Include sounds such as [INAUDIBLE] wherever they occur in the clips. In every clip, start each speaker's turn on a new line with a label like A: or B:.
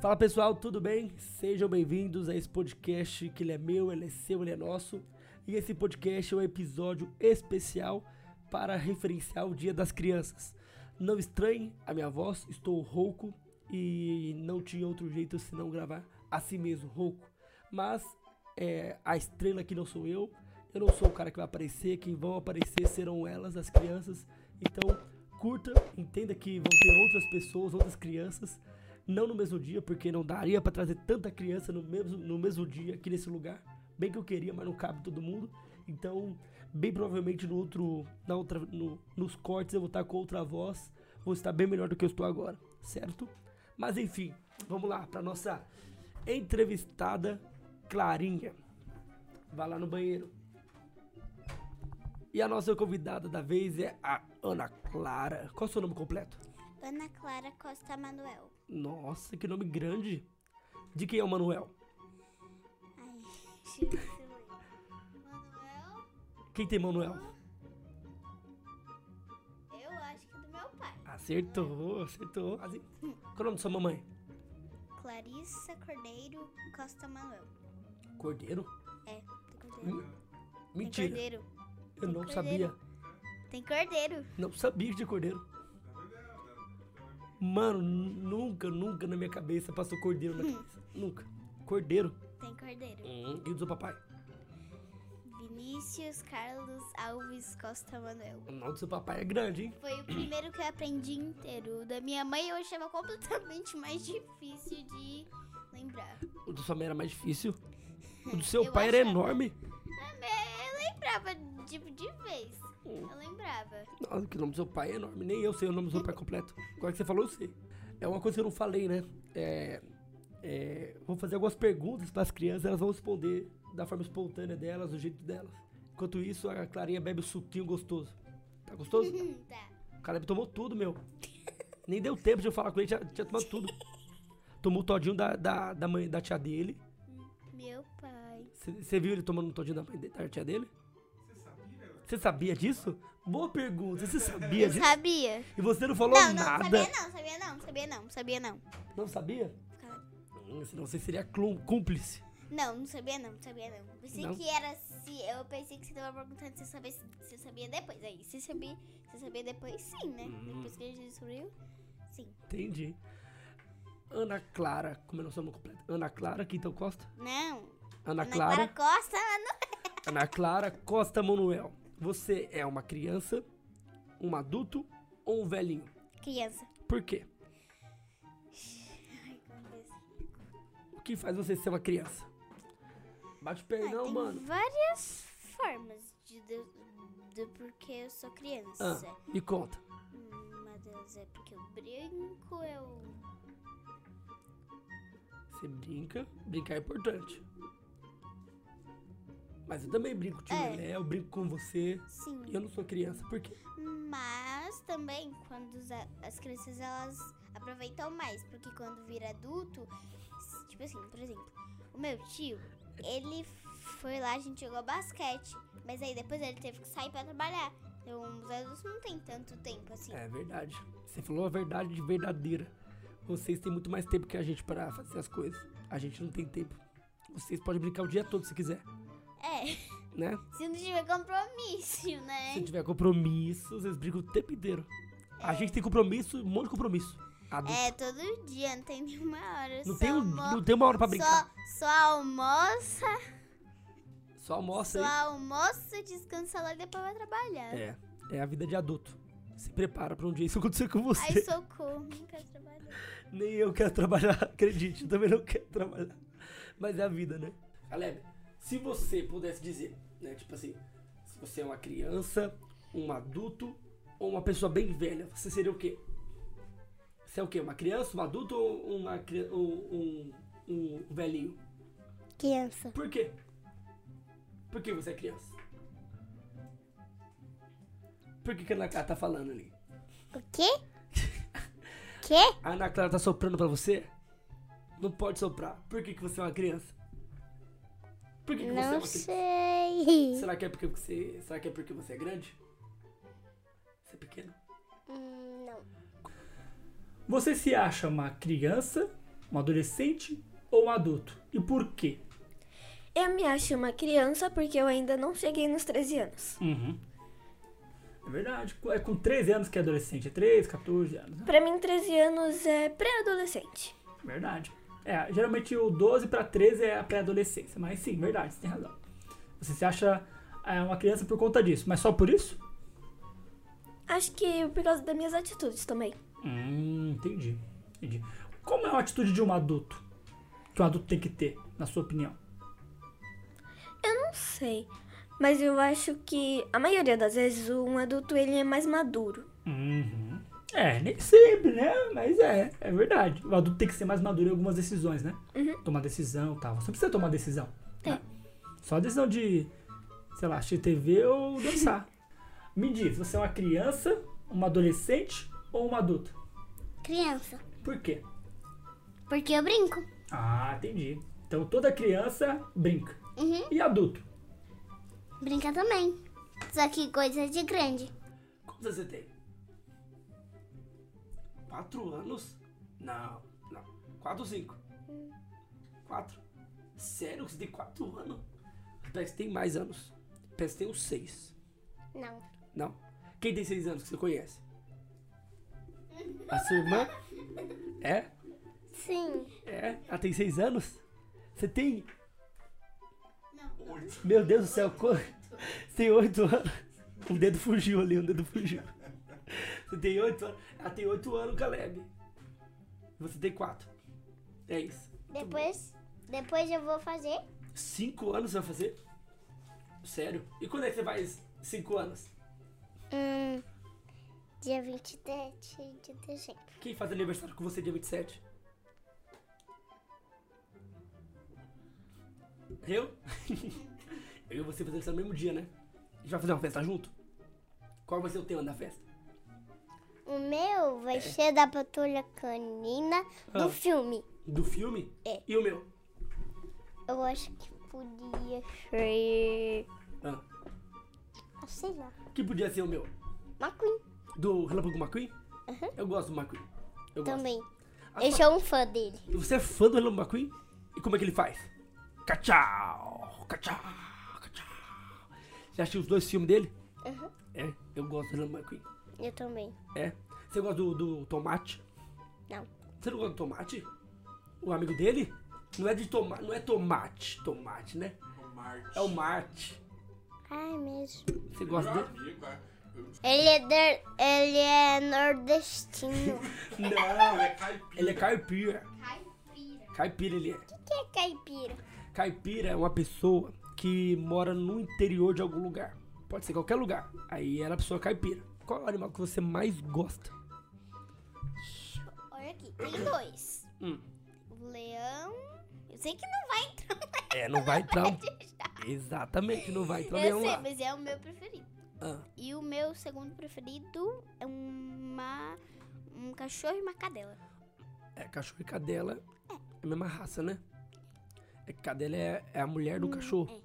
A: Fala pessoal, tudo bem? Sejam bem-vindos a esse podcast que ele é meu, ele é seu, ele é nosso. E esse podcast é um episódio especial para referenciar o Dia das Crianças. Não estranhe a minha voz, estou rouco e não tinha outro jeito senão gravar assim mesmo, rouco. Mas é, a estrela que não sou eu, eu não sou o cara que vai aparecer, quem vão aparecer serão elas, as crianças. Então curta, entenda que vão ter outras pessoas, outras crianças não no mesmo dia, porque não daria pra trazer tanta criança no mesmo, no mesmo dia aqui nesse lugar. Bem que eu queria, mas não cabe todo mundo. Então, bem provavelmente no outro, na outra, no- nos cortes eu vou estar com outra voz, vou estar bem melhor do que eu estou agora, certo? Mas enfim, vamos lá pra nossa entrevistada Clarinha. Vai lá no banheiro. E a nossa convidada da vez é a Ana Clara. Qual é o seu nome completo?
B: Ana Clara Costa Manuel.
A: Nossa, que nome grande. De quem é o Manuel?
B: Ai, [LAUGHS] gente, Manuel,
A: Quem tem Manuel?
B: eu acho que é do meu pai.
A: Acertou, acertou. Quase. Qual é o nome da sua mamãe?
B: Clarissa Cordeiro Costa Manuel.
A: Cordeiro?
B: É, tem cordeiro. Tem
A: Mentira.
B: É cordeiro.
A: Eu não
B: Cordeiro.
A: sabia.
B: Tem cordeiro.
A: Não sabia de cordeiro. Mano, nu- nunca, nunca na minha cabeça passou cordeiro
B: Hum.
A: na cabeça. Nunca. Cordeiro.
B: Tem cordeiro.
A: Hum, E do seu papai?
B: Vinícius Carlos Alves Costa Manuel.
A: O nome do seu papai é grande, hein?
B: Foi o primeiro que eu aprendi inteiro. O Da minha mãe eu achava completamente mais difícil de lembrar.
A: O da sua mãe era mais difícil. O do seu
B: Eu é
A: pai era
B: achava.
A: enorme.
B: Ah, mas Eu lembrava de, de vez. Eu lembrava.
A: Nossa, que o nome do seu pai é enorme. Nem eu sei o nome do seu pai completo. Agora que você falou, eu sei. É uma coisa que eu não falei, né? É, é, vou fazer algumas perguntas para as crianças, elas vão responder da forma espontânea delas, do jeito delas. Enquanto isso, a Clarinha bebe o suquinho gostoso. Tá gostoso?
B: Hum, tá.
A: O Caleb tomou tudo, meu. Nem deu tempo de eu falar com ele, já tinha tomado tudo. Tomou o todinho da, da, da mãe da tia dele.
B: Meu pai.
A: Você viu ele tomando um todinho da mãe de- da tia dele? Você sabia disso? Boa pergunta. Você sabia
B: Eu
A: disso?
B: sabia.
A: E você não falou
B: Não, não,
A: nada.
B: sabia não, sabia não, sabia não, sabia não.
A: Não sabia?
B: Ficava-
A: Hum, senão você seria clú- cúmplice.
B: Não, não sabia não, sabia não. Pensei
A: Não?
B: que era se. Eu pensei que você tava perguntando se eu sabia, se eu sabia depois. Aí, se sabia, se sabia depois, sim, né?
A: Hum.
B: Depois que a gente descobriu, sim.
A: Entendi. Ana Clara, como é o nosso nome completo? Ana Clara Quintal Costa?
B: Não.
A: Ana
B: Ana
A: Tá Clara,
B: Costa, não.
A: Ana Clara Costa Manuel. Você é uma criança, um adulto ou um velhinho?
B: Criança.
A: Por quê?
B: Ai, como é isso?
A: O que faz você ser uma criança? Bate o
B: Ah,
A: pernão,
B: tem
A: mano.
B: várias formas de, de, de porque eu sou
A: Ah,
B: criança.
A: me conta.
B: Hum, Meu Deus, é porque eu brinco, eu.
A: Você brinca, brincar é importante. Mas eu também brinco, tio
B: É.
A: Lelé, eu brinco com você.
B: Sim.
A: E eu não sou criança, por quê?
B: Mas também quando os a- as crianças elas aproveitam mais, porque quando vira adulto, s- tipo assim, por exemplo, o meu tio, ele foi lá, a gente jogou basquete, mas aí depois ele teve que sair pra trabalhar. Então os adultos não tem tanto tempo assim.
A: É verdade. Você falou a verdade de verdadeira. Vocês têm muito mais tempo que a gente para fazer as coisas. A gente não tem tempo. Vocês podem brincar o dia todo se quiser,
B: É,
A: né?
B: se não tiver compromisso, [LAUGHS]
A: Se
B: né?
A: tiver compromisso, vocês brincam o tempo inteiro. A gente tem compromisso, um monte de compromisso. Adulto.
B: É, todo dia, não tem nenhuma hora.
A: não,
B: É, só
A: tem um-
B: almo-
A: não tem uma hora pra brincar.
B: Só, só almoça,
A: Só, almoça
B: só
A: aí.
B: almoça, descansa lá e depois vai trabalhar.
A: É. É a vida de adulto. Se prepara pra um dia isso acontecer com
B: Ai,
A: você.
B: socorro, nunca trabalhei.
A: Nem eu quero trabalhar, [LAUGHS] acredite, eu também não quero trabalhar. Mas é a vida, né? Caleb, se você pudesse dizer, né, tipo assim, se você é uma criança, um adulto ou uma pessoa bem velha, você seria o quê? Você é o quê? Uma criança, um adulto ou uma cri- ou um, um velhinho?
B: Criança.
A: Por quê? Por que você é criança? Por que, que a Ana Clara tá falando ali?
B: O
A: [LAUGHS]
B: quê? quê?
A: A Ana Clara tá soprando pra você? Não pode soprar. Por que, que você é uma criança? Por que, que você é uma criança?
B: sei.
A: Será que é porque você. Será que é porque você é grande? Você é pequeno?
B: Hum, Não.
C: Você se acha uma criança,
A: Um adolescente ou um adulto? E por quê?
C: Eu me acho uma criança porque eu ainda não cheguei nos 13 anos.
A: Uhum. É verdade. É com 13 anos que é adolescente. É 13, 14 anos. né?
C: Pra mim, 13 anos é pré-adolescente.
A: É verdade. É, geralmente o 12 pra 13 é a pré-adolescência. Mas sim, verdade, você tem razão. Você se acha é, uma criança por conta disso, mas só por isso?
C: Acho que por causa das minhas atitudes também.
A: Hum, entendi. Entendi. Como é a atitude de um adulto? Que um adulto tem que ter, na sua opinião?
C: Eu não sei, mas eu acho que a maioria das vezes um adulto ele é mais maduro.
A: Uhum. É, nem sempre, né? Mas é, é verdade. O adulto tem que ser mais maduro em algumas decisões, né? Tomar decisão e tal. Você não precisa tomar decisão.
C: Tem.
A: né? Só a decisão de, sei lá, assistir TV ou dançar. Me diz, você é uma criança, uma adolescente ou uma adulta?
B: Criança.
A: Por quê?
B: Porque eu brinco.
A: Ah, entendi. Então toda criança brinca.
B: Uhum.
A: E adulto?
B: Brinca também. Só que coisa de grande.
A: Quantos anos você tem? Quatro anos? Não, não. Quatro ou cinco? Quatro? Sério? Você tem quatro anos? Parece que tem mais anos. Parece que tem uns seis.
B: Não.
A: Não. Quem tem seis anos que você conhece? A sua irmã? É?
B: Sim.
A: É? Ela tem seis anos? Você tem?
B: Não.
A: Meu Deus do céu, co- você tem oito anos. Um dedo fugiu ali, um dedo fugiu. Você tem oito anos. Ela tem oito anos, Caleb. Você tem quatro. É isso.
B: Depois, depois eu vou fazer.
A: Cinco anos você vai fazer? Sério? E quando é que você faz cinco anos?
B: Hum, dia 27 de dezembro.
A: Quem faz aniversário com você dia 27? Eu? [LAUGHS] Eu e você fazer aniversário no mesmo dia, né? A gente vai fazer uma festa junto? Qual vai ser o tema da festa?
B: O meu vai ser da patrulha canina do
A: É. Ah.
B: filme.
A: Do filme?
B: É.
A: E o meu?
B: Eu acho que podia ser.
A: Ah,
B: Ah, sei lá.
A: que podia ser o meu?
B: McQueen
A: Do Relâmpago McQueen? Eu gosto do McQueen. Eu gosto.
B: também.
A: Ah,
B: Eu sou um fã dele.
A: E você é fã do Relâmpago McQueen? E como é que ele faz? Cachau! Cachau! Cachau! Já assistiu os dois filmes dele?
B: Uhum.
A: É, eu gosto do Relâmpago McQueen.
B: Eu também.
A: É. Você gosta do, do tomate?
B: Não.
A: Você não gosta do tomate? O amigo dele? Não é de tomate, não é tomate, tomate, né? É o Marte.
B: Ai, mesmo.
A: Você gosta dele?
B: Ele é, de- ele
A: [LAUGHS]
B: é nordestino.
A: Não, é caipira. Ele é caipira.
B: caipira.
A: Caipira ele é.
B: O que é caipira?
A: Caipira é uma pessoa que mora no interior de algum lugar. Pode ser qualquer lugar. Aí era a pessoa caipira. Qual é o animal que você mais gosta?
B: Olha aqui, tem dois.
A: Hum.
B: O leão. Eu sei que não vai entrar.
A: É, não vai entrar.
B: [LAUGHS]
A: um- Exatamente, não vai entrar
B: eu
A: nenhum
B: sei,
A: lá.
B: mas é o meu preferido.
A: Ah,
B: E o meu segundo preferido é uma. Um cachorro e uma cadela.
A: É, cachorro e cadela é a mesma raça, né? É que cadela é, é a mulher do cachorro.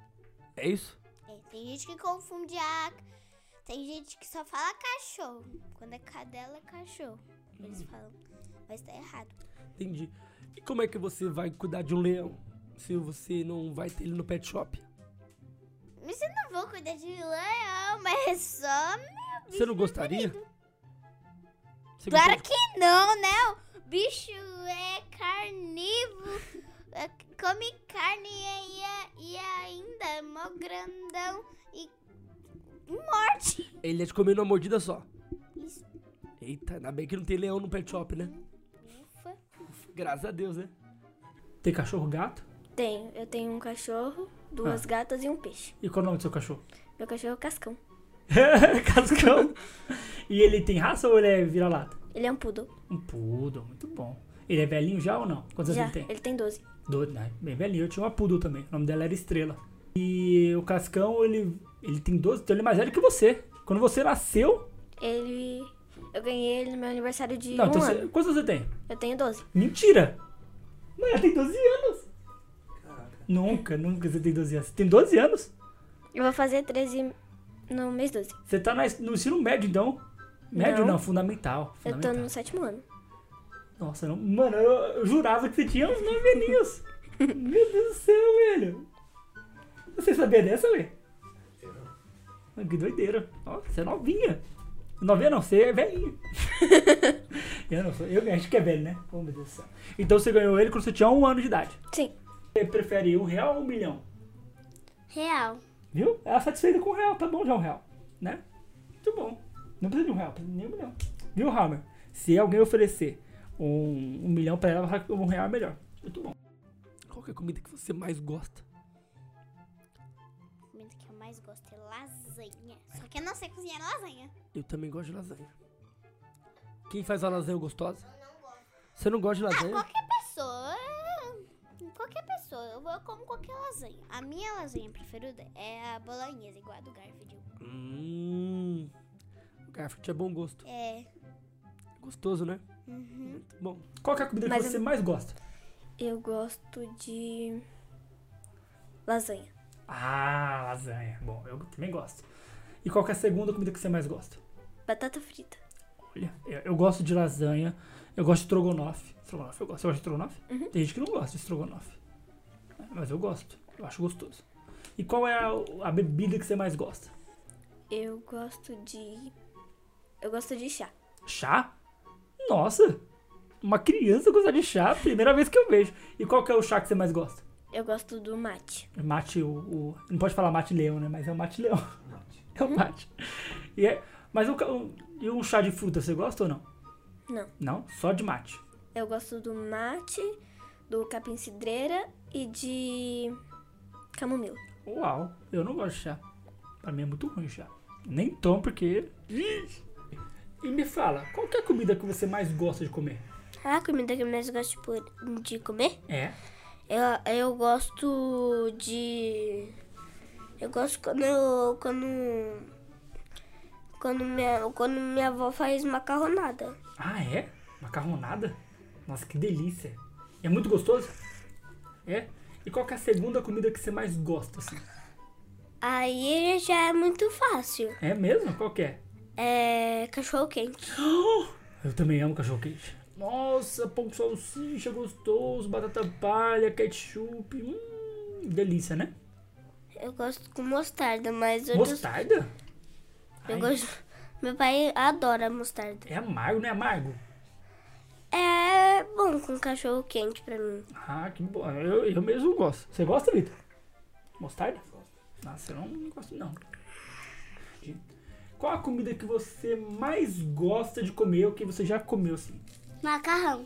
A: É isso?
B: Hum, É, tem gente que confunde a. Tem gente que só fala cachorro. Quando é cadela, é cachorro. Eles falam. Mas tá errado.
A: Entendi. E como é que você vai cuidar de um leão se você não vai ter ele no pet shop?
B: Mas eu não vou cuidar de leão, mas é só meu bicho.
A: Você não gostaria? Você gostaria?
B: Claro que não, né? O bicho é carnívoro, é, come carne e, e- e ainda é mó grandão e morte. [LAUGHS]
A: Ele ia te comer numa mordida só.
B: Isso.
A: Eita, ainda bem que não tem leão no pet shop, né?
B: Ufa.
A: Graças a Deus, né? Tem cachorro gato?
C: Tenho, eu tenho um cachorro,
A: Ah.
C: duas gatas e um peixe.
A: E qual o nome do seu cachorro?
C: Meu cachorro é o Cascão.
A: [LAUGHS] Cascão. e ele tem raça ou ele é vira-lata?
C: Ele é um poodle.
A: Um poodle, muito bom. Ele é velhinho já ou não? Quantos
C: Já, ele tem 12.
A: Doido, né? Bem velhinho. Eu tinha uma poodle também. O nome dela era Estrela. E o Cascão, ele, ele tem 12, então ele é mais velho que você. Quando você nasceu...
C: Ele. Eu ganhei ele no meu aniversário de
A: não,
C: um
A: então você,
C: ano.
A: quantos você tem?
C: Eu tenho 12.
A: Mentira! Mano, ela tem 12 anos. Nunca, nunca você tem 12 anos. Você tem 12 anos?
C: Eu vou fazer 13 no mês 12.
A: Você tá na- no ensino médio, então. Médio não,
C: Não.
A: fundamental.
C: Eu tô
A: fundamental.
C: no sétimo ano.
D: Nossa, não. Mano, eu, eu jurava que você tinha uns
C: [LAUGHS]
D: novelinhos. Meu Deus do céu, velho. Você sabia dessa, velho?
E: Eu não.
D: Mano, Que doideira. Nossa, você é novinha. Novinha não, você
C: [LAUGHS]
D: é velhinha. eu não sou. Eu acho que é velho, né? Oh, meu Deus do céu. Então você ganhou ele quando você tinha um ano de idade.
C: Sim.
D: Você prefere um real ou um milhão?
B: Real.
D: Viu? Ela é satisfeita com um real, tá bom já um real, né? Muito bom. Não precisa de um real, precisa de nem um milhão. Viu, Hammer? Se alguém oferecer um, um milhão pra ela, ela vai um real é melhor. Muito bom. Qual é a comida que você mais gosta?
B: A comida que eu mais gosto é lasanha. Só que eu não sei cozinhar lasanha.
D: Eu também gosto de lasanha. Quem faz a lasanha gostosa? Você não gosta de lasanha?
B: Qualquer pessoa. Qualquer pessoa. Eu eu como qualquer lasanha. A minha lasanha preferida é a bolonhesa, igual a do Garfield.
D: Hum. Garfield é bom gosto.
B: É.
D: Gostoso, né? Muito bom. Qual que é a comida
C: Mas
D: que
C: eu-
D: você mais gosta?
C: Eu gosto de. lasanha.
D: Ah, lasanha. Bom, eu também gosto. E qual que é a segunda comida que você mais gosta?
C: Batata frita.
D: Olha, eu, eu gosto de lasanha, eu gosto de estrogonofe. Estrogonofe eu gosto. Você gosta de estrogonofe? Tem gente que não gosta de estrogonofe. É, Mas eu gosto. Eu acho gostoso. E qual é a, a bebida que você mais gosta?
C: Eu gosto de. Eu gosto de chá.
D: Chá? Nossa! Uma criança gosta de chá, primeira vez que eu vejo. E qual que é o chá que você mais gosta?
C: Eu gosto do mate.
D: É Mate, o, o- Não pode falar mate leão, né? Mas é o mate leão. [LAUGHS] É o mate. E é- mas o, ca- o- e um chá de fruta, você gosta ou não?
C: Não.
D: Não? Só de mate.
C: Eu gosto do mate, do capim cidreira e de. camomila.
D: Uau, eu não gosto de chá. Pra mim é muito ruim chá. Nem tomo porque. Ih! E me fala, qual que é a comida que você mais gosta de comer?
B: A comida que eu mais gosto tipo, de comer?
D: É.
B: Eu, eu gosto de. Eu gosto quando. eu- Quando. Quando minha, quando minha avó faz macarronada.
D: Ah, é? Macarronada? Nossa, que delícia. É muito gostoso? É? E qual que é a segunda comida que você mais gosta, assim?
B: Aí já é muito fácil.
D: É mesmo? Qual que é?
B: É. cachorro quente.
D: Eu também amo cachorro quente. Nossa, pão com salsicha, gostoso, batata palha, ketchup. Hum, delícia, né?
B: Eu gosto com mostarda, mas eu,
D: Mostarda?
B: eu
D: Ai,
B: gosto. Meu pai adora mostarda.
D: É amargo, né? Amargo.
B: É bom com cachorro quente pra mim.
D: Ah, que bom. Eu, eu mesmo gosto. Você gosta, Vitor? Mostarda? Nossa, eu não gosto, não. Qual a comida que você mais gosta de comer ou que você já comeu, assim?
B: Macarrão.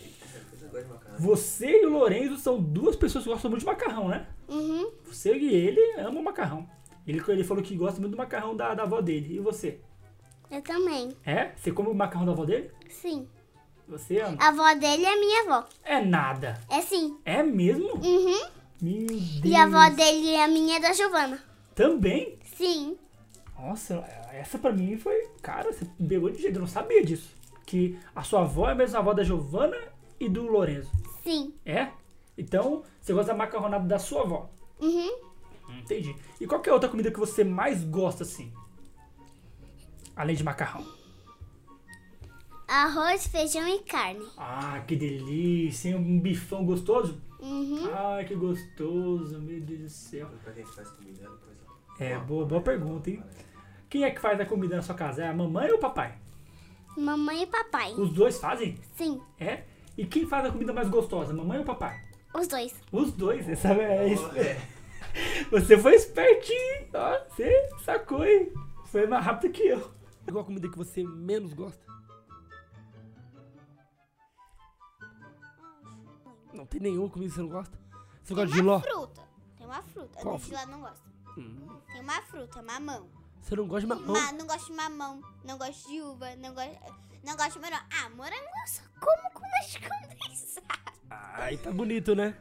E: Você gosta de macarrão?
D: Você e o Lorenzo são duas pessoas que gostam muito de macarrão, né?
B: Uhum.
D: Você e ele amam macarrão. Ele, ele falou que gosta muito do macarrão da, da avó dele. E você?
B: Eu também.
D: É? Você come o macarrão da avó dele?
B: Sim.
D: Você ama?
B: A avó dele é minha avó.
D: É nada.
B: É sim.
D: É mesmo?
B: Uhum.
D: Meu Deus.
B: E a avó dele é a minha é da Giovana.
D: Também?
B: Sim.
D: Nossa, essa pra mim foi. Cara, você pegou de jeito, eu não sabia disso. Que a sua avó é a mesma avó da Giovana e do Lorenzo.
B: Sim.
D: É? Então, você gosta da macarronada da sua avó.
B: Uhum.
D: Entendi. E qual que é a outra comida que você mais gosta, assim? Além de macarrão.
B: Arroz, feijão e carne.
D: Ah, que delícia, hein? Um bifão gostoso?
B: Uhum.
D: Ah, que gostoso, meu Deus do céu.
E: Pra quem faz comida, depois.
D: É, boa, boa pergunta, hein? Quem é que faz a comida na sua casa? É a mamãe ou o papai?
B: Mamãe e papai.
D: Os dois fazem?
B: Sim.
D: É? E quem faz a comida mais gostosa, mamãe ou papai?
B: Os dois.
D: Os dois, você sabe? É isso.
E: É.
D: [LAUGHS] Você foi espertinho, hein? Ó, você sacou, hein? Foi mais rápido que eu. Qual a comida que você menos gosta? Não tem nenhuma comida que você não gosta? Você gosta de
B: Tem uma
D: giló?
B: fruta. Tem uma fruta.
D: Qual
B: Qual?
D: fruta?
B: Giló não gosto. Tem uma fruta, mamão.
D: Você não gosta de mamão?
B: Ma- não gosto de mamão. Não gosto de uva. Não gosto, não gosto de morango. Ah, morango eu só como com leite [LAUGHS] condensado.
D: Ai, tá bonito, né?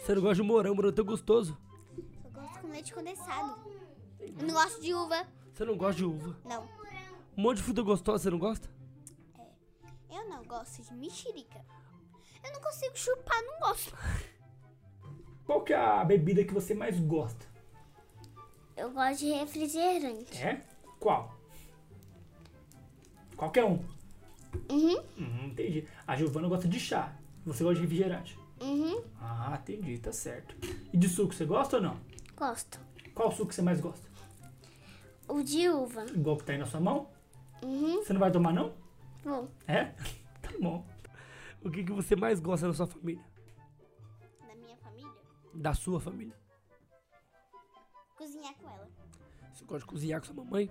D: Você não gosta de morango, morango é tão gostoso.
B: Eu gosto com leite condensado. Eu não gosto de uva.
D: Você não gosta de uva.
B: Não.
D: Um monte de fruta gostosa, você não gosta?
B: Eu não gosto de mexerica. Eu não consigo chupar, não gosto.
D: Qual que é a bebida que você mais gosta?
B: Eu gosto de refrigerante.
D: É? Qual? Qualquer um.
B: Uhum,
D: Hum, entendi. A Giovana gosta de chá. Você gosta de refrigerante.
B: uhum.
D: Ah, entendi, tá certo. E de suco, você gosta ou não?
B: Gosto.
D: Qual suco você mais gosta?
B: O de uva.
D: Igual que tá aí na sua mão?
B: Uhum,
D: Você não vai tomar, não?
B: vou.
D: É? tá bom. O que, que você mais gosta da sua família?
B: Da minha família?
D: Da sua família?
B: Cozinhar com ela.
D: Você gosta de cozinhar com sua mamãe?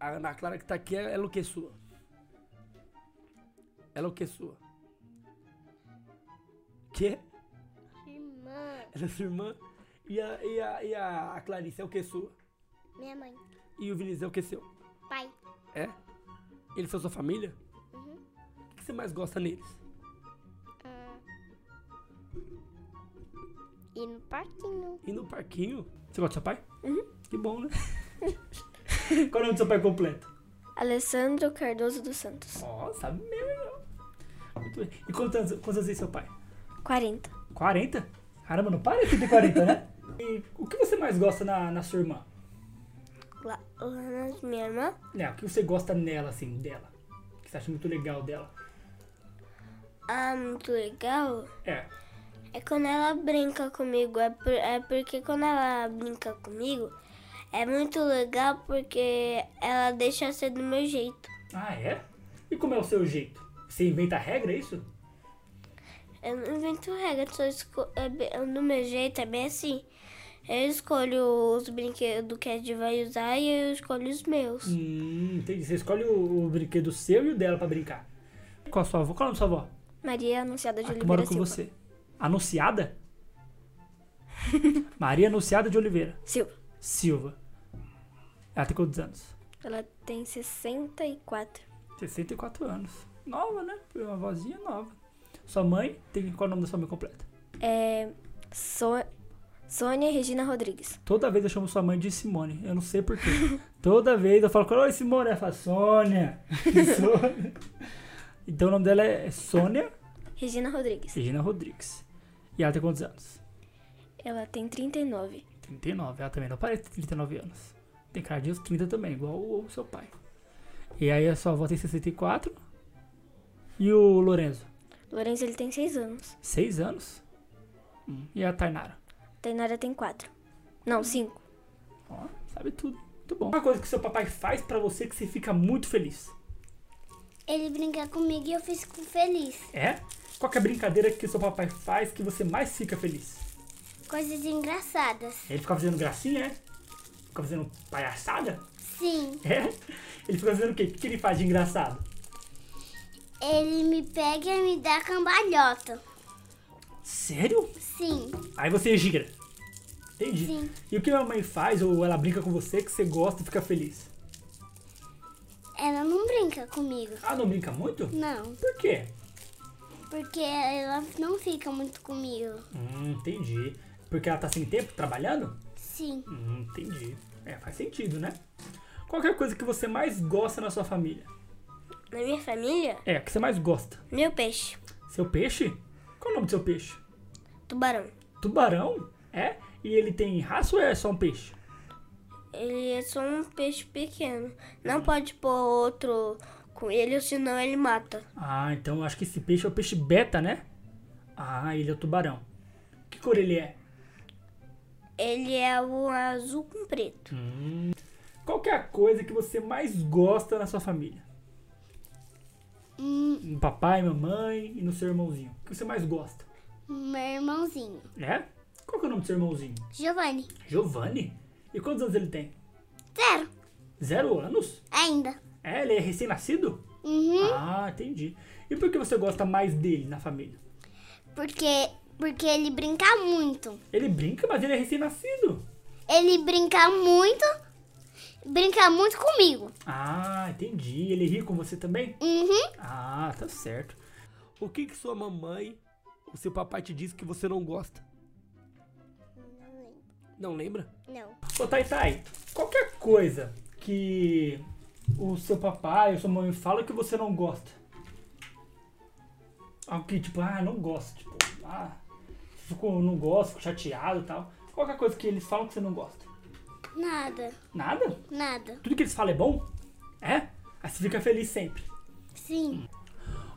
D: A Ana Clara que tá aqui, ela o que é sua? Ela o que é sua? Quê?
B: Irmã.
D: Ela é sua irmã? E a, e a, e a, a Clarice é o que é sua?
B: Minha mãe.
D: E o Vinícius é o que é seu?
B: Pai.
D: É? Eles são sua família?
B: Uhum.
D: O que você mais gosta neles?
B: E no parquinho.
D: E no parquinho? Você gosta do seu pai? Que bom, né? Qual é o nome do seu pai completo?
C: Alessandro Cardoso dos Santos.
D: Ó, sabe mesmo. hein, ó. Muito bem. E quantos anos, quantos anos tem seu pai?
C: 40.
D: 40? Caramba, não para de ter 40, né? E o que você mais gosta na, na sua irmã?
C: Lá, lá na minha irmã,
D: Né, o que você gosta nela, assim, dela? O que você acha muito legal dela?
C: ah, muito legal.
D: É.
C: É quando ela brinca comigo, é, por- é porque quando ela brinca comigo, é muito legal porque ela deixa eu ser do meu jeito.
D: Ah, é? E como é o seu jeito? Você inventa a regra, é isso?
C: Eu não invento regra, só esco- é be- é do meu jeito, é bem assim. Eu escolho os brinquedos que a gente vai usar e eu escolho os meus.
D: Hum, entendi. Você escolhe o, o brinquedo seu e o dela pra brincar. Qual a sua avó? Qual é o nome da sua avó?
C: Maria Anunciada de
D: A que
C: Oliveira
D: mora Ah, com
C: Silva.
D: você. Anunciada? [LAUGHS] Maria Anunciada de Oliveira
C: Silva.
D: Silva. Ela tem quantos anos?
C: Ela tem 64.
D: 64 anos. Nova, né? Foi Uma vozinha nova. Sua mãe tem qual é o nome da sua mãe completa?
C: É. So- Sônia Regina Rodrigues.
D: Toda vez eu chamo sua mãe de Simone. Eu não sei porquê. Toda vez eu falo com ela, oi Simone. Ela fala, Sônia. Sônia. então o nome dela é Sônia
C: Regina Rodrigues.
D: Regina Rodrigues. E ela tem quantos anos?
C: Ela tem 39.
D: 39. Ela também não parece ter 39 anos. Tem cara de uns 30 também, igual o, o seu pai. E aí a sua avó tem 64. E o Lorenzo?
C: Lourenço ele tem 6 anos.
D: 6 anos. Hum, E a Tainara?
C: Tainara tem 4. Não, 5.
D: Ó, sabe tudo. Muito bom. Uma coisa que seu papai faz pra você que você fica muito feliz.
B: Ele brinca comigo e eu fico feliz.
D: É? Qual que é a brincadeira que seu papai faz que você mais fica feliz?
B: Coisas engraçadas.
D: Ele fica fazendo gracinha, é? Fica fazendo palhaçada?
B: Sim,
D: É? Ele fica fazendo o quê? O que que ele faz de engraçado?
B: ele me pega e me dá cambalhota.
D: Sério?
B: Sim,
D: Aí você gira. Entendi.
B: Sim.
D: E o que a mãe faz ou ela brinca com você que você gosta e fica feliz?
B: ela não brinca comigo.
D: Ah, não brinca muito?
B: Não,
D: Por quê?
B: porque ela não fica muito comigo.
D: Hum, entendi. Porque ela tá sem tempo trabalhando?
B: Sim,
D: Hum, entendi. É, faz sentido, né? Qual que é a coisa que você mais gosta na sua família?
C: Na minha família,
D: É, a que você mais gosta.
C: meu peixe.
D: Seu peixe? Qual é o nome do seu peixe?
C: Tubarão.
D: Tubarão? É? E ele tem raça ou é só um peixe?
C: Ele é só um peixe pequeno. Não pode pôr outro com ele, senão ele mata.
D: Ah, então eu acho que esse peixe é o peixe beta, né? Ah, ele é o tubarão. Que cor ele é?
C: Ele é o azul com preto.
D: Qual que é a coisa que você mais gosta na sua família?
B: hum,
D: No papai, mamãe e no seu irmãozinho. O que você mais gosta?
B: meu irmãozinho,
D: É? Qual que é o nome do seu irmãozinho?
B: Giovanni.
D: Giovanni? E quantos anos ele tem?
B: Zero,
D: Zero anos?
B: ainda.
D: É, ele é recém-nascido?
B: Uhum,
D: Ah, entendi. E por que você gosta mais dele na família?
B: porque, porque ele brinca muito.
D: Ele brinca, mas ele é recém-nascido.
B: Ele brinca muito, brinca muito comigo.
D: Ah, entendi. Ele ri com você também?
B: Uhum,
D: Ah, tá certo. O que que sua mamãe ou seu papai te disse que você não gosta? Não lembra?
B: não.
D: Ô, Tai Tai, qualquer coisa que o seu papai ou sua mãe fala que você não gosta. Algo que, tipo, ah, não gosto. Tipo, ah, fico, não gosto, fico chateado e tal. Qualquer coisa que eles falam que você não gosta.
B: Nada,
D: Nada?
B: nada.
D: Tudo que eles falam é bom? É? Aí você fica feliz sempre.
B: Sim,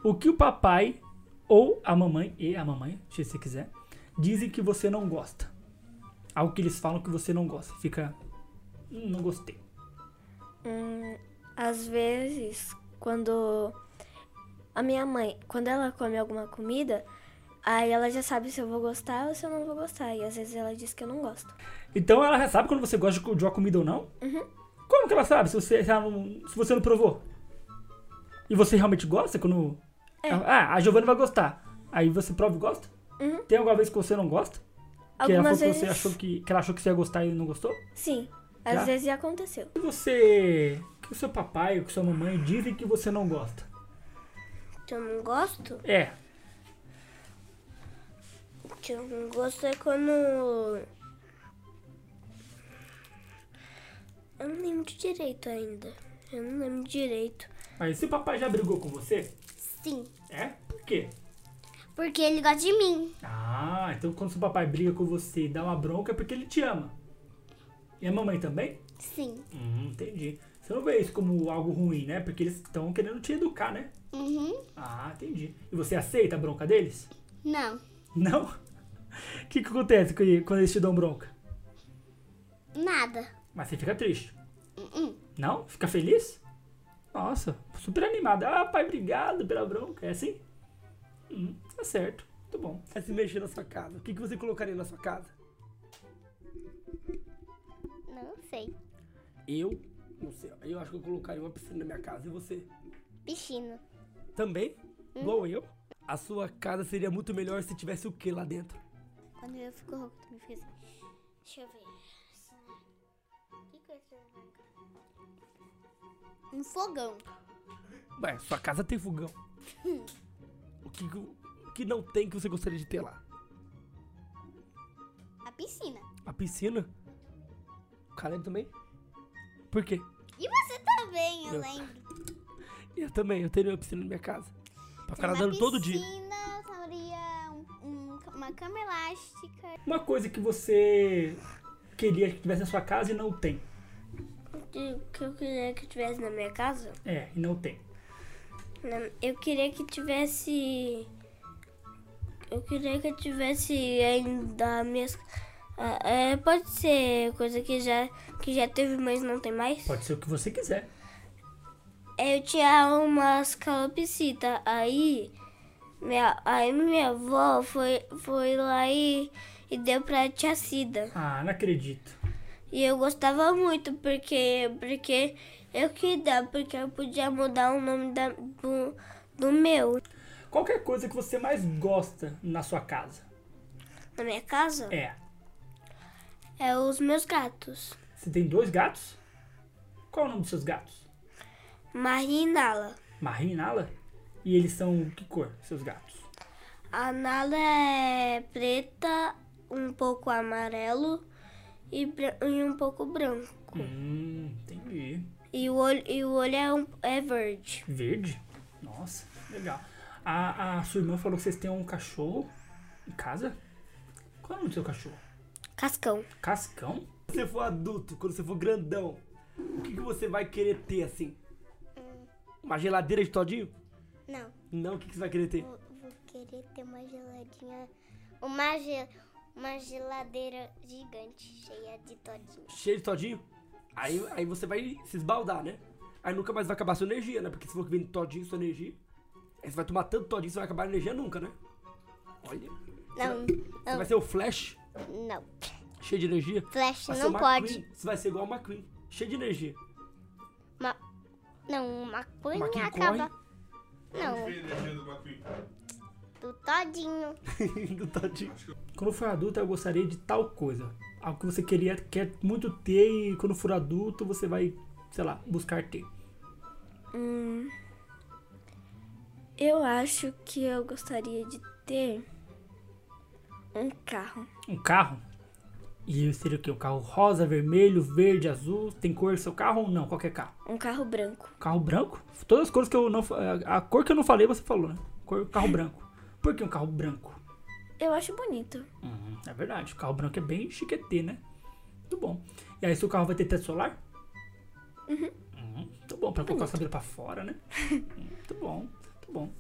D: O que o papai ou a mamãe, e a mamãe, se você quiser, dizem que você não gosta. Algo que eles falam que você não gosta. Fica. "Hum, Não gostei.
F: Hum, às vezes, quando a minha mãe, quando ela come alguma comida, aí ela já sabe se eu vou gostar ou se eu não vou gostar. E às vezes ela diz que eu não gosto.
D: Então ela já sabe quando você gosta de co- de uma comida ou não?
F: Uhum.
D: Como que ela sabe se você, se, ela não, se você não provou? E você realmente gosta quando.
F: É.
D: Ah, a Giovana vai gostar. Aí você prova e gosta?
F: Uhum.
D: Tem alguma vez que você não gosta? Que ela,
F: Algumas
D: falou que,
F: vezes.
D: você achou que, que ela achou que você ia gostar e não gostou?
F: Sim, às
D: Já?
F: vezes já aconteceu.
D: E você. O que o seu papai ou que sua mamãe dizem que você não gosta?
C: Que eu não gosto?
D: É.
C: Que eu não gosto é quando. Eu não lembro direito ainda. Eu não lembro direito.
D: Mas se o papai já brigou com você,
B: Sim.
D: é? Por quê?
B: Porque ele gosta de mim.
D: Ah, então quando seu papai briga com você e dá uma bronca é porque ele te ama. E a mamãe também?
B: Sim.
D: Hum, entendi. Você não vê isso como algo ruim, né? Porque eles estão querendo te educar, né?
B: Uhum.
D: Ah, entendi. E você aceita a bronca deles? [LAUGHS]
B: Não.
D: Não? O que, que acontece que- quando eles te dão bronca?
B: Nada.
D: Mas você fica triste.
B: Uh-uh.
D: Não? Fica feliz? Nossa, super animada. Ah, pai, obrigado pela bronca. É assim? Hum, tá certo. Muito bom.
A: Vai se mexer na sua casa. O que, que você colocaria na sua casa?
B: Não sei.
A: Eu? Não sei. Eu acho que eu colocaria uma piscina na minha casa. E você?
B: Piscina.
A: Também?
B: Uhum.
A: Igual eu? A sua casa seria muito melhor se tivesse o que lá dentro?
B: Quando eu fico rouco, tu me fica assim. Deixa eu ver. Que coisa Um fogão.
A: Ué, sua casa tem fogão. O que, que o- o que não tem que você gostaria de ter lá?
B: A piscina.
A: A piscina? O Caleb também? Por quê?
B: E você também, eu
A: Eu-
B: lembro.
A: Eu também, eu teria uma piscina na minha casa. Pra ficar
B: Uma
A: nadando todo dia.
B: piscina, teria um- um- uma cama elástica.
D: Uma coisa que você queria que tivesse na sua casa e não tem.
C: O que- o que eu queria que tivesse na minha casa?
D: É, e não tem.
C: Na- Eu queria que tivesse. Eu queria que eu tivesse ainda minhas. Ah, é, pode ser coisa que já, que já teve, mas não tem mais. É,
D: Pode ser o que você quiser.
C: Eu tinha umas calopsitas, aí minha, aí minha avó foi, foi lá e, e deu pra tia Cida.
D: Ah, não acredito.
C: E eu gostava muito, porque, porque eu queria, porque eu podia mudar o nome da, do, do meu.
D: Qual que é a coisa que você mais gosta na sua casa?
C: Na minha casa,
D: É,
C: é os meus gatos,
D: você tem dois gatos? Qual é o nome dos seus gatos?
C: Marie e Nala.
D: Marie e Nala? E eles são que cor, seus gatos?
C: A Nala é preta, um pouco amarelo e, bran- e um pouco branco.
D: Hum, entendi.
C: E o olho, e o olho é, um, é verde.
D: Verde? Nossa, legal. A, a sua irmã falou que vocês têm um cachorro em casa? Qual é o nome do seu cachorro?
C: Cascão.
D: Cascão?
A: Quando você for adulto, quando você for grandão, o que, que você vai querer ter assim? Uma geladeira de todinho?
B: Não,
A: Não, o que, que você vai querer ter?
B: vou, vou querer ter uma geladinha. Uma, ge- uma geladeira gigante cheia de todinho.
A: Cheio de todinho? Aí, aí você vai se esbaldar, né? Aí nunca mais vai acabar sua energia, né? Porque se for que vem todinho sua energia, aí você vai tomar tanto todinho que você vai acabar a energia nunca, né? Olha,
B: Não,
A: você vai ser o Flash,
B: não.
A: cheio de energia.
B: Flash
A: Vai ser
B: não
A: uma
B: pode.
A: Queen, você vai ser igual uma Queen, cheio de energia.
B: Uma, não, uma
A: Uma
B: cunha
A: Queen
B: acaba.
A: corre.
B: Não, do todinho.
A: do todinho.
D: tá Quando for adulto, eu gostaria de tal coisa. Algo que você queria, quer muito ter e quando for adulto, você vai, sei lá, buscar ter.
F: Hum, eu acho que eu gostaria de ter um carro.
D: um carro. E seria o quê? Um carro rosa, vermelho, verde, azul. Tem cor seu carro ou não? Qualquer carro.
F: Um carro branco.
D: Carro branco? Todas as cores que eu não. fa- A cor que eu não falei, você falou, né? Cor, carro branco. Por que um carro branco?
F: Eu acho bonito.
D: Uhum, é verdade. O carro branco é bem chiquetê, né? Muito bom. E aí, seu carro vai ter teto solar? Uhum. Muito bom. Pra colocar o cabelo pra fora, né? Muito bom. Muito bom.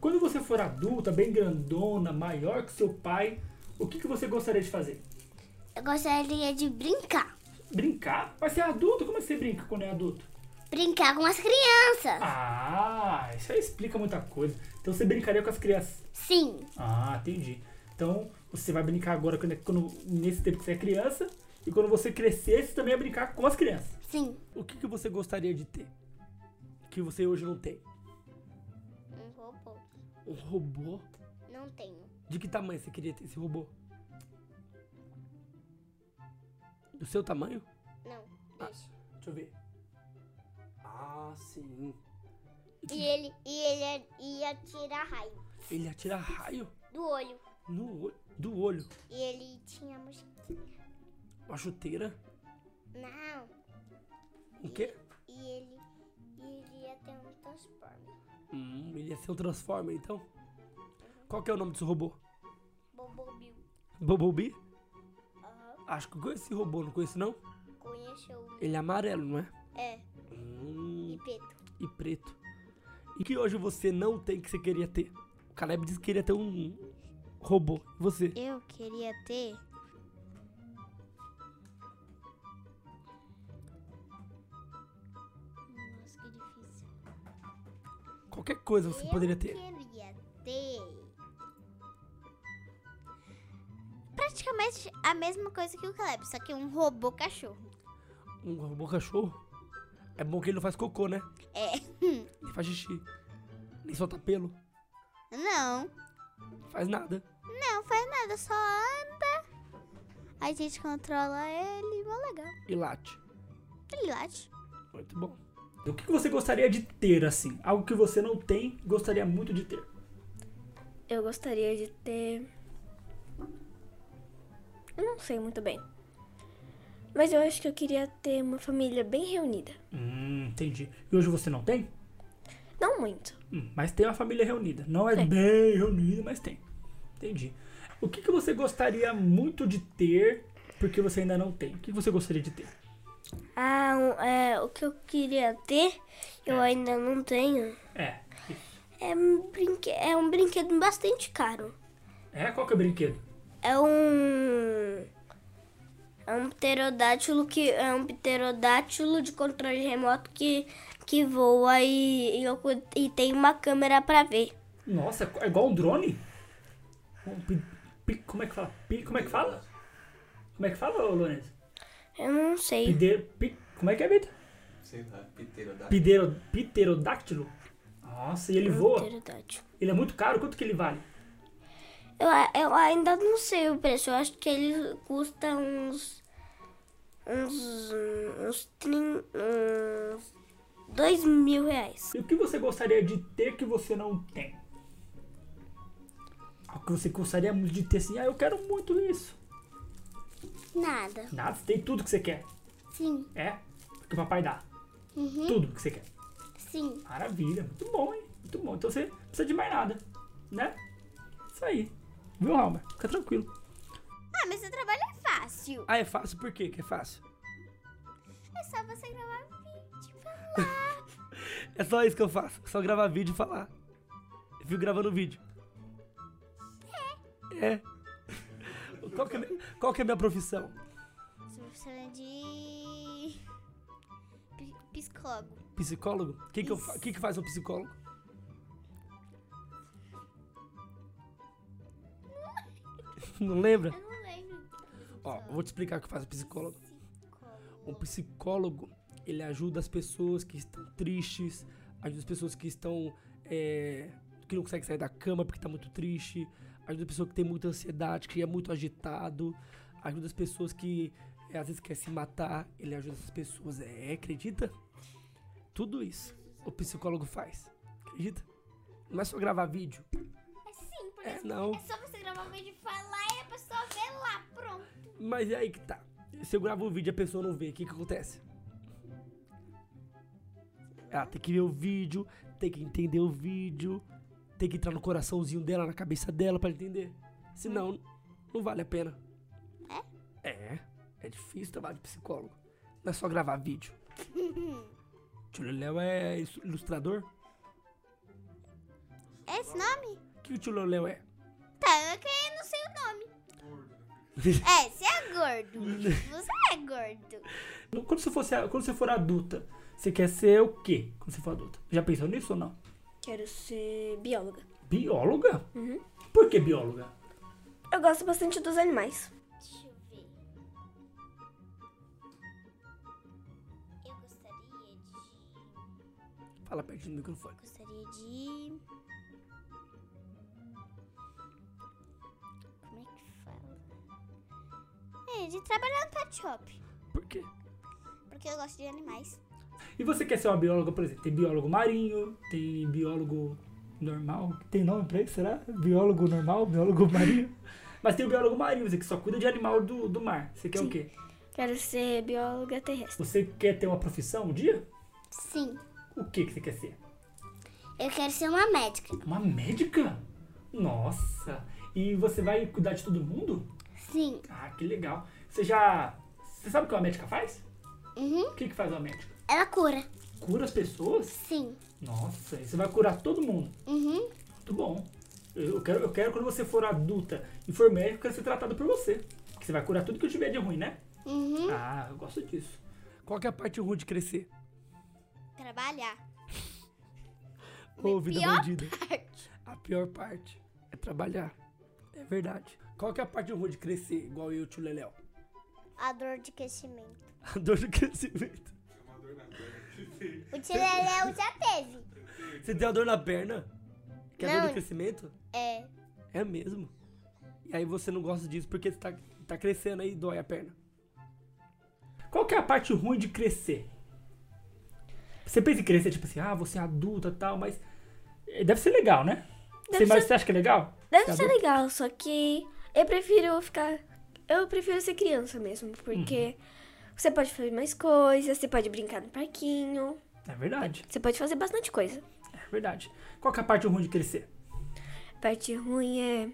D: Quando você for adulta, bem grandona, maior que seu pai, o que, que você gostaria de fazer?
B: Eu gostaria de brincar.
D: Brincar? Mas você é adulto? Como é que você brinca quando é adulto?
B: Brincar com as crianças.
D: Ah, isso aí explica muita coisa. Então você brincaria com as crianças.
B: Sim.
D: Ah, entendi. Então você vai brincar agora quando, é, quando- nesse tempo que você é criança. E quando você crescer, você também vai brincar com as crianças.
B: Sim.
A: O que, que você gostaria de ter? Que você hoje não tem?
B: Um robô.
A: Um robô?
B: Não tenho.
A: De que tamanho você queria ter esse robô? Do seu tamanho?
B: Não. Deixa.
A: Deixa eu ver. Ah, sim.
B: E ele, e ele é, ia tirar raio
A: Ele atira raio
B: do olho.
A: no olho, do olho.
B: E ele tinha mosquinha.
A: Uma chuteira.
B: Não.
A: O quê?
B: E ele, e ele ia ter um transforme.
A: Hum, ele ia ser um Transformer, então. Qual que é o nome desse robô?
B: Bobobil.
A: Bumblebee? Acho que eu conheço esse robô, não conheço não.
B: Conheceu o...
A: Ele é amarelo, não é?
B: É.
A: Hum,
B: E preto.
A: e preto. E que hoje você não tem que você queria ter? O Caleb disse que queria ter um robô. E Você?
B: Eu queria ter... Nossa, que difícil.
A: Qualquer coisa você
B: eu
A: poderia ter.
B: queria ter. Praticamente a mesma coisa que o Caleb, só que um robô cachorro.
A: Um robô cachorro? É bom que ele não faz cocô, né?
B: É.
A: [LAUGHS] Ele faz xixi. Nem solta pelo.
B: Não,
A: Não faz nada.
B: não faz nada, só anda. A gente controla ele, mó legal.
A: E late.
B: Ele late.
A: Muito bom.
D: O que que você gostaria de ter, assim? Algo que você não tem, gostaria muito de ter.
F: Eu gostaria de ter. Eu não sei muito bem. Mas eu acho que eu queria ter uma família bem reunida.
D: Hum, entendi. E hoje você não tem?
F: Não muito.
D: Hum, mas tem uma família reunida. Não é bem reunida, mas tem. Entendi. O que, que você gostaria muito de ter, porque você ainda não tem? O que, que você gostaria de ter?
C: Ah, um- é, o que eu queria ter, eu
F: É.
C: ainda não tenho.
D: É.
C: É um, brinque... é um brinquedo bastante caro.
D: É? Qual que é o brinquedo?
C: É um. É um pterodátilo que. É um pterodátilo de controle remoto que, que voa e, e, eu cu- e tem uma câmera pra ver.
D: Nossa, é igual um drone? Um pi- pi- como é que fala? Pi- como é que fala? Como é que fala, ô, Lourenço?
C: Eu não sei.
D: Pideiro, pi- como é que é, Beto?
E: Sei lá, piteiro da.
D: Pideiro, pterodáctilo? Nossa, e ele voa?
C: Pterodátilo.
D: Ele é muito caro? Quanto que ele vale?
C: Eu, a- eu ainda não sei o preço. Eu acho que ele custa uns. Uns. Uns. trin- uns dois mil reais.
D: E o que você gostaria de ter que você não tem? O que você gostaria muito de ter assim? Ah, eu quero muito isso.
B: Nada.
D: Nada, você tem tudo que você quer.
B: Sim,
D: É? Porque o papai dá. Tudo que você quer.
B: sim.
D: Maravilha, muito bom, hein? Muito bom. Então você não precisa de mais nada, né? Isso aí. Viu, Alma? Fica tranquilo.
B: Ah, mas seu trabalho é fácil.
A: Ah, é fácil? Por quê que é fácil?
B: É só você gravar vídeo e
C: [LAUGHS]
B: falar.
A: É só isso que eu faço. Só gravar vídeo e falar. Eu fico gravando vídeo. É. [LAUGHS] Qual que é, mi- qual que é a minha profissão?
B: Sou professora de... pi- Psicólogo.
A: Psicólogo? O que, que, eu fa- que, que faz um psicólogo? [LAUGHS] Não lembra?
B: Eu não lembro.
A: Ó, eu vou te explicar o que faz um psicólogo. Um
B: Psicólogo.
A: psicólogo, ele ajuda as pessoas que estão tristes, ajuda as pessoas que estão. é, que não conseguem sair da cama porque tá muito triste, ajuda a pessoa que tem muita ansiedade, que é muito agitado, ajuda as pessoas que é, às vezes quer se matar, ele ajuda essas pessoas. É, acredita? Tudo isso o psicólogo faz. Acredita? Não é só gravar vídeo.
B: É sim, porque
A: É, não.
B: é só você gravar um vídeo e falar e a pessoa vê lá, pronto.
A: Mas é aí que tá. Se eu gravo o vídeo e a pessoa não vê, o que que acontece? Ela tem que ver o vídeo, tem que entender o vídeo, tem que entrar no coraçãozinho dela, na cabeça dela pra ela entender. Senão, não vale a pena. É? É. É difícil trabalhar de psicólogo. Não é só gravar vídeo. Tio Léo é isso- ilustrador?
B: É É esse nome?
A: O que o tio Léo é?
B: Tá, eu que eu não sei o nome. É, você é gordo. Você é gordo.
D: No- Quando você, fosse, a- quando você for adulta, você quer ser o quê quando você for adulta? Já pensou nisso ou não?
F: Quero ser bióloga.
D: Bióloga? Por que bióloga?
F: Eu gosto bastante dos animais.
B: Deixa eu ver. Eu gostaria de.
A: Fala pertinho do microfone.
B: Gostaria de. Como é que fala? É, de trabalhar no pet shop.
A: Por quê?
B: Porque eu gosto de animais.
D: E você quer ser uma bióloga, por exemplo? Tem biólogo marinho, tem biólogo normal. Tem nome pra isso, será? Biólogo normal, biólogo [LAUGHS] marinho. Mas tem o biólogo marinho, você que só cuida de animal do, do mar. Você quer o quê?
F: Quero ser bióloga terrestre.
D: Você quer ter uma profissão um dia?
B: Sim.
D: O que, que você quer ser?
B: Eu quero ser uma médica.
D: Uma médica? Nossa! E você vai cuidar de todo mundo?
B: Sim.
D: Ah, que legal. Você já. Você sabe o que uma médica faz?
B: Uhum.
D: O que, que faz uma médica?
B: Ela cura.
D: Cura as pessoas?
B: Sim.
D: Nossa, e você vai curar todo mundo.
B: Uhum.
D: Muito bom. Eu eu quero, eu quero quando você for adulta e for médico, eu quero ser tratado por você. Porque você vai curar tudo que eu tiver de ruim, né?
B: Uhum.
D: Ah, eu gosto disso.
A: Qual que é a parte ruim de crescer?
B: Trabalhar.
A: Ô, vida
B: Pior
A: bandida. A pior parte é trabalhar. É verdade. Qual que é a parte ruim de crescer, igual eu e o tio Leléo?
B: A dor de crescimento.
A: [LAUGHS] A dor do crescimento.
B: O tio Leléu já teve.
A: Você tem a dor na perna? Que é a dor
B: Não.
A: do crescimento?
B: É.
A: É mesmo. E aí você não gosta disso porque você tá, tá crescendo aí e dói a perna.
D: Qual que é a parte ruim de crescer? Você pensa em crescer, tipo assim, ah, você é adulta e tal, mas. eh, Deve ser legal, né? Você, mas você acha que é legal?
F: Deve
D: Tá
F: ser
D: bom.
F: legal, só que eu prefiro ficar. Eu prefiro ser criança mesmo, porque
D: Uhum.
F: você pode fazer mais coisas, você pode brincar no parquinho,
D: É verdade,
F: você pode fazer bastante coisa.
D: é verdade. Qual que é a parte ruim de crescer?
F: A parte ruim é.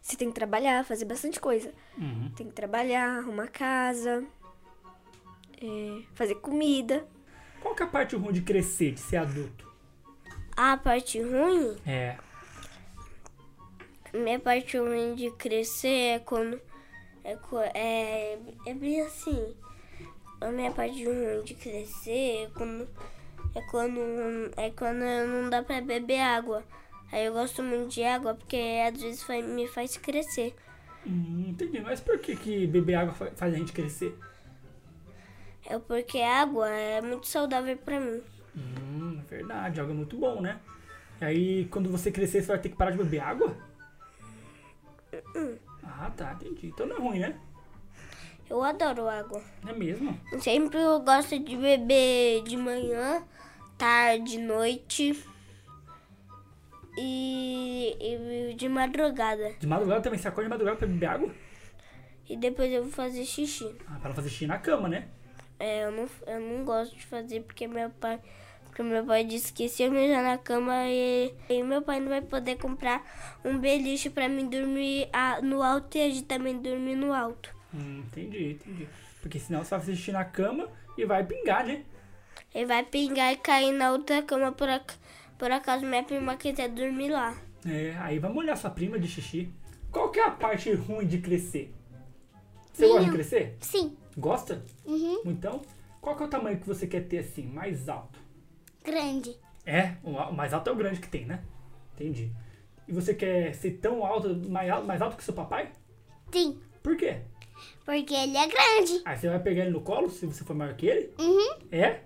F: Você tem que trabalhar, fazer bastante coisa.
D: Uhum.
F: Tem que trabalhar, arrumar casa, é, fazer comida.
D: Qual que é a parte ruim de crescer, de ser adulto?
C: A parte ruim,
D: É.
C: minha parte ruim de crescer é quando. É, co- é, é bem assim. A minha parte ruim de crescer é quando. É quando, é quando eu não dá pra beber água. Aí eu gosto muito de água porque às vezes fa- me faz crescer.
D: Hum, entendi, mas por que, que beber água fa- faz a gente crescer?
C: É porque a água é muito saudável pra mim.
D: Hum, é verdade, água é muito bom, né? E aí, quando você crescer, você vai ter que parar de beber água? Ah, tá, entendi. Então não é ruim, né?
C: Eu adoro água.
D: É mesmo?
C: Sempre eu gosto de beber de manhã, tarde, noite e, e de madrugada.
D: De madrugada também, você acorda de madrugada pra beber água?
C: E depois eu vou fazer xixi.
D: Ah, pra fazer xixi na cama, né?
C: É, eu, não, eu não gosto de fazer porque meu pai. Porque meu pai disse que se eu mijar na cama e, e meu pai não vai poder comprar um beliche pra mim dormir ah, no alto e a gente também dormir no alto.
D: Hum, entendi, entendi. Porque senão você vai fazer xixi na cama e vai pingar, né?
C: Ele vai pingar e cair na outra cama por, ac- por acaso minha prima quiser dormir lá.
D: É, aí vai molhar sua prima de xixi. Qual que é a parte ruim de crescer? Você gosta de crescer?
B: Sim.
D: Gosta?
B: Uhum.
D: Então, qual que é o tamanho que você quer ter assim, mais alto?
B: Grande.
D: É, o a- o mais alto é o grande que tem, né? Entendi. E você quer ser tão alto, mais alto, mais alto que seu papai?
B: Sim.
D: Por quê?
B: Porque ele é grande.
D: Aí você vai pegar ele no colo, se você for maior que ele?
B: Uhum.
D: É?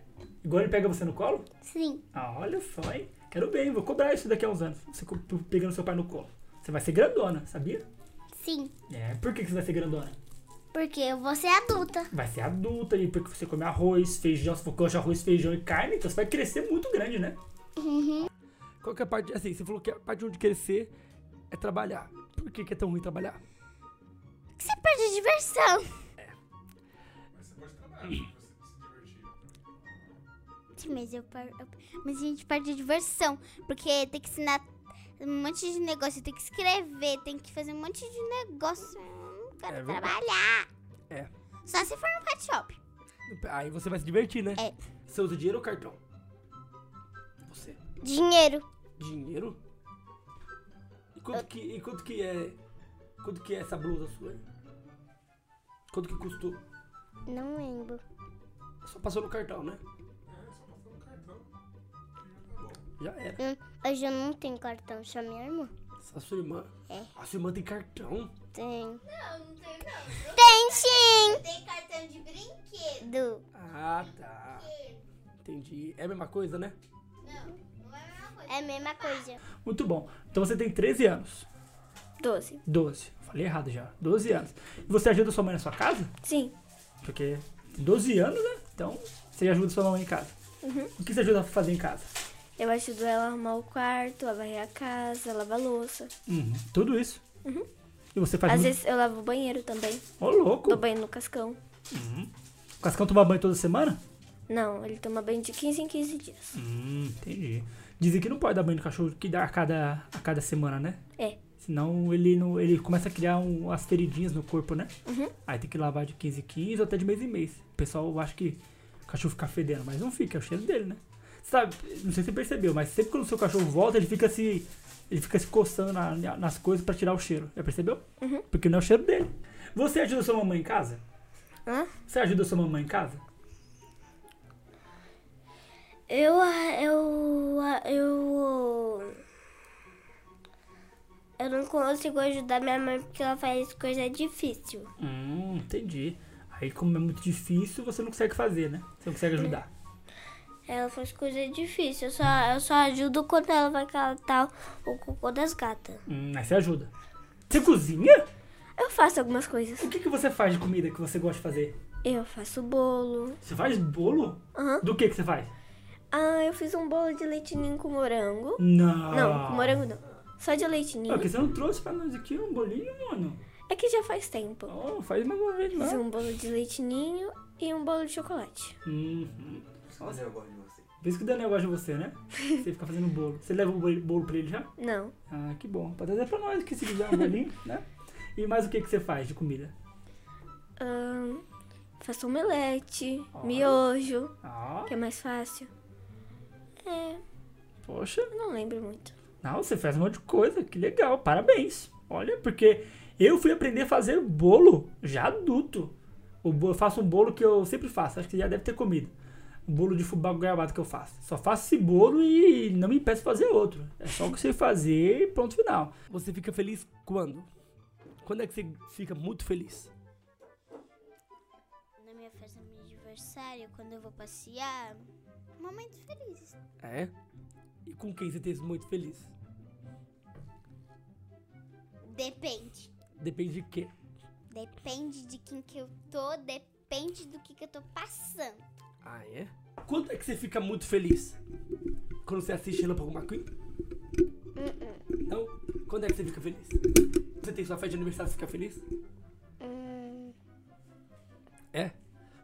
D: Igual ele pega você no colo?
B: Sim.
D: Ah, olha só, hein? Quero bem, vou cobrar isso daqui a uns anos. Você co- pegando seu pai no colo. Você vai ser grandona, sabia?
B: Sim.
D: É, por que que você vai ser grandona?
B: Porque eu vou ser adulta.
D: Vai ser adulta e porque você come arroz, feijão, se for gosta de arroz, feijão e carne, então você vai crescer muito grande, né?
A: Qual que é a parte. Assim, você falou que a parte ruim de crescer é trabalhar. Por que, que é tão ruim trabalhar?
B: Você perde diversão.
E: Mas você pode trabalhar, se você se divertir.
B: Sim, Mas, eu, per- eu- mas a gente perde diversão. Porque tem que ensinar um monte de negócio. Tem que escrever. Tem que fazer um monte de negócio. Eu não quero
A: É verdade.
B: trabalhar.
A: É.
B: Só se for no pet shop.
A: Aí você vai se divertir, né?
B: É.
A: Você usa dinheiro ou cartão? Você.
B: Dinheiro.
A: Dinheiro? Quanto que, e quanto que é. Quanto que é essa blusa sua aí? Quanto que custou?
B: Não lembro.
A: Só passou no cartão, né? Já era.
B: Hum, Hoje eu não tenho cartão, só minha irmã.
A: Essa sua irmã.
B: É.
A: A sua irmã tem cartão?
B: Tem.
G: Não, não tem não.
B: Tem sim!
G: Tem cartão de brinquedo.
B: Do.
A: Ah, tá. Entendi. É a mesma coisa, né?
G: Não, não é a mesma coisa.
B: É a mesma coisa.
D: Muito bom. Então você tem 13 anos.
F: 12.
D: 12. Falei errado já. 12 anos. E você ajuda sua mãe na sua casa?
F: Sim.
D: Porque 12 anos, né? Então você ajuda sua mãe em casa. O que você ajuda a fazer em casa?
F: Eu ajudo ela a arrumar o quarto, a varrer a casa, lavar a louça.
D: Tudo isso. E você faz
F: Às
D: muito...
F: vezes eu lavo o banheiro também.
D: Ô, louco.
F: Dou banho no Cascão.
D: O Cascão toma banho toda semana?
F: Não, ele toma banho de 15 em 15 dias.
D: Hum, entendi. Dizem que não pode dar banho no cachorro que dá a cada, a cada semana, né?
F: É.
D: Senão ele, não, ele começa a criar um, as feridinhas no corpo, né?
F: Uhum.
D: Aí tem que lavar de 15 em 15 ou até de mês em mês. O pessoal acha que o cachorro fica fedendo, mas não fica, é o cheiro dele, né? Sabe, não sei se você percebeu, mas sempre quando o seu cachorro volta, ele fica se. Ele fica se coçando na- na- nas coisas pra tirar o cheiro. Já percebeu?
F: Uhum.
D: Porque não é o cheiro dele. Você ajuda sua mamãe em casa?
F: Hã?
D: Você ajuda sua mamãe em casa?
C: Eu. Eu. Eu. Eu não consigo ajudar minha mãe porque ela faz coisa difícil.
D: Hum, entendi. Aí, como é muito difícil, você não consegue fazer, né? Você não consegue ajudar.
C: Ela faz coisa difícil. Eu só, eu só ajudo quando ela vai catar o cocô das gatas.
D: Hum, aí você ajuda. Você cozinha?
F: Eu faço algumas coisas.
D: O que, que você faz de comida que você gosta de fazer?
F: Eu faço bolo.
D: Você faz bolo?
F: Aham.
D: Do que que você faz?
F: Ah, eu fiz um bolo de leitinho com morango.
D: Não.
F: Não, com morango não. Só de leitinho.
D: Por Ah. que você não trouxe pra nós aqui um bolinho, mano?
F: É que já faz tempo.
D: Não, faz mais uma vez,
F: Fiz
D: não.
F: um bolo de leitinho e um bolo de chocolate.
D: Uhum.
H: Eu gosto de você.
D: Por isso que o Daniel gosta de você,
F: [LAUGHS]
D: né? Você fica fazendo bolo. Você leva o bol- bolo pra ele já?
F: Não.
D: Ah, que bom. Pode trazer pra nós que se quiser um bolinho, né? E mais o que que você faz de comida?
F: Ahn, faço omelete,
D: Olha.
F: miojo,
D: Ah,
F: que é mais fácil. É,
D: poxa.
F: eu não lembro muito.
D: Não, você faz um monte de coisa, que legal, parabéns. Olha, porque eu fui aprender a fazer bolo já adulto. O bo- eu faço um bolo que eu sempre faço, acho que você já deve ter comido. Um bolo de fubá com gravado que eu faço. Só faço esse bolo e não me peço fazer outro. É só o que eu sei fazer e pronto, final.
A: Você fica feliz quando? Quando é que você fica muito feliz?
B: Na minha festa de aniversário, quando eu vou passear, momentos felizes.
A: É? E com quem você tem sido muito feliz?
B: Depende.
A: Depende de quê?
B: Depende de quem que eu tô, depende do que que eu tô passando.
A: Ah, é? Quando é que você fica muito feliz? Quando você assiste Relâmpago McQueen? Não? Quando é que você fica feliz? Você tem sua festa de aniversário e fica feliz? É?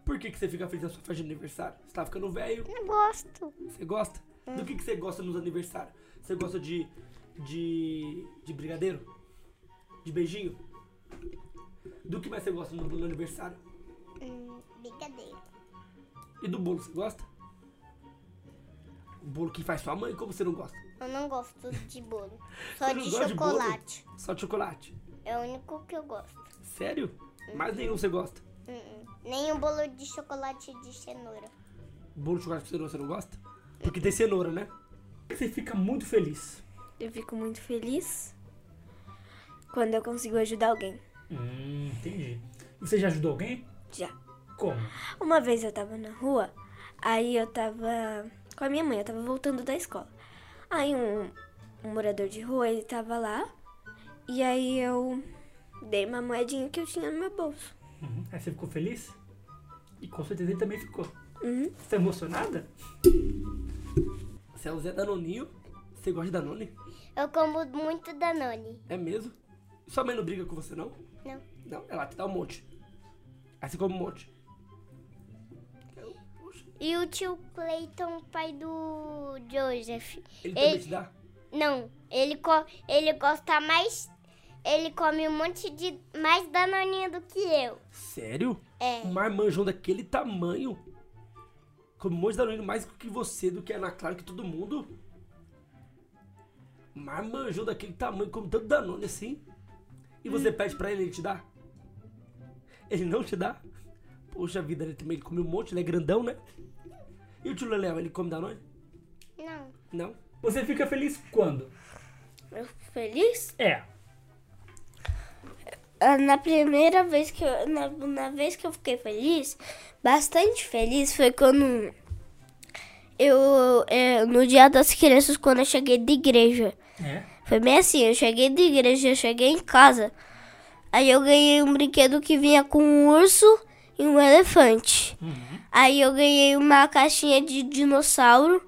A: Por que, que você fica feliz na sua festa de aniversário? Você tá ficando velho?
B: Não gosto.
A: Você gosta? Do que, que você gosta nos aniversários? Você gosta de. de. de brigadeiro? De beijinho? Do que mais você gosta no, no aniversário?
B: Hum, Brincadeira.
A: E do bolo, você gosta? O bolo que faz sua mãe, como você não gosta?
B: Eu não gosto de bolo.
A: Você
B: Só
A: não
B: de
A: gosta de bolo?
B: chocolate.
A: Só de chocolate.
B: é o único que eu gosto.
A: Sério?
B: É.
A: Mais nenhum você gosta?
B: Hum, hum. Nem o bolo de chocolate de cenoura.
A: Bolo de chocolate com cenoura você não gosta?
B: É.
A: Porque tem cenoura, né?
D: Você fica muito feliz.
F: Eu fico muito feliz quando eu consigo ajudar alguém.
D: Hum, entendi. Você já ajudou alguém?
F: Já.
D: Como?
F: Uma vez eu tava na rua, aí eu tava com a minha mãe, eu tava voltando da escola. Aí um, um morador de rua, ele tava lá, e aí eu dei uma moedinha que eu tinha no meu bolso.
D: Uhum. Aí você ficou feliz? E com certeza ele também ficou.
F: Uhum.
D: Você tá emocionada?
A: é Você é o Zé Danoninho. Você gosta de Danone?
B: Eu como muito Danone.
A: É mesmo? Sua mãe não briga com você, não?
B: Não.
A: Não, ela te dá um monte. Aí você come um monte.
B: E o tio Clayton, pai do Joseph.
A: Ele
B: Ei.
A: também te dá?
B: Não, ele, co ele gosta mais. Ele come um monte de mais danoninha do que eu.
A: Sério?
B: É.
A: Um marmanjão daquele tamanho. Come um monte de Danone mais do que você, do que a Ana Clara, que todo mundo. marmanjão daquele tamanho, como tanto danone assim, e você pede pra ele, ele te dá? Ele não te dá? Poxa vida, ele também ele come um monte, ele é grandão, né? E o tio Leléo, ele come danone?
B: Não.
A: Não?
D: Você fica feliz quando?
C: Eu fico feliz?
D: É.
C: Ah, Na primeira vez que eu. Na, na vez que eu fiquei feliz, bastante feliz, foi quando. Eu. eh, no dia das crianças, quando eu cheguei da igreja.
D: É.
C: Foi bem assim, eu cheguei da igreja, eu cheguei em casa. Aí eu ganhei um brinquedo que vinha com um urso e um elefante.
A: Uhum.
C: Aí eu ganhei uma caixinha de dinossauro.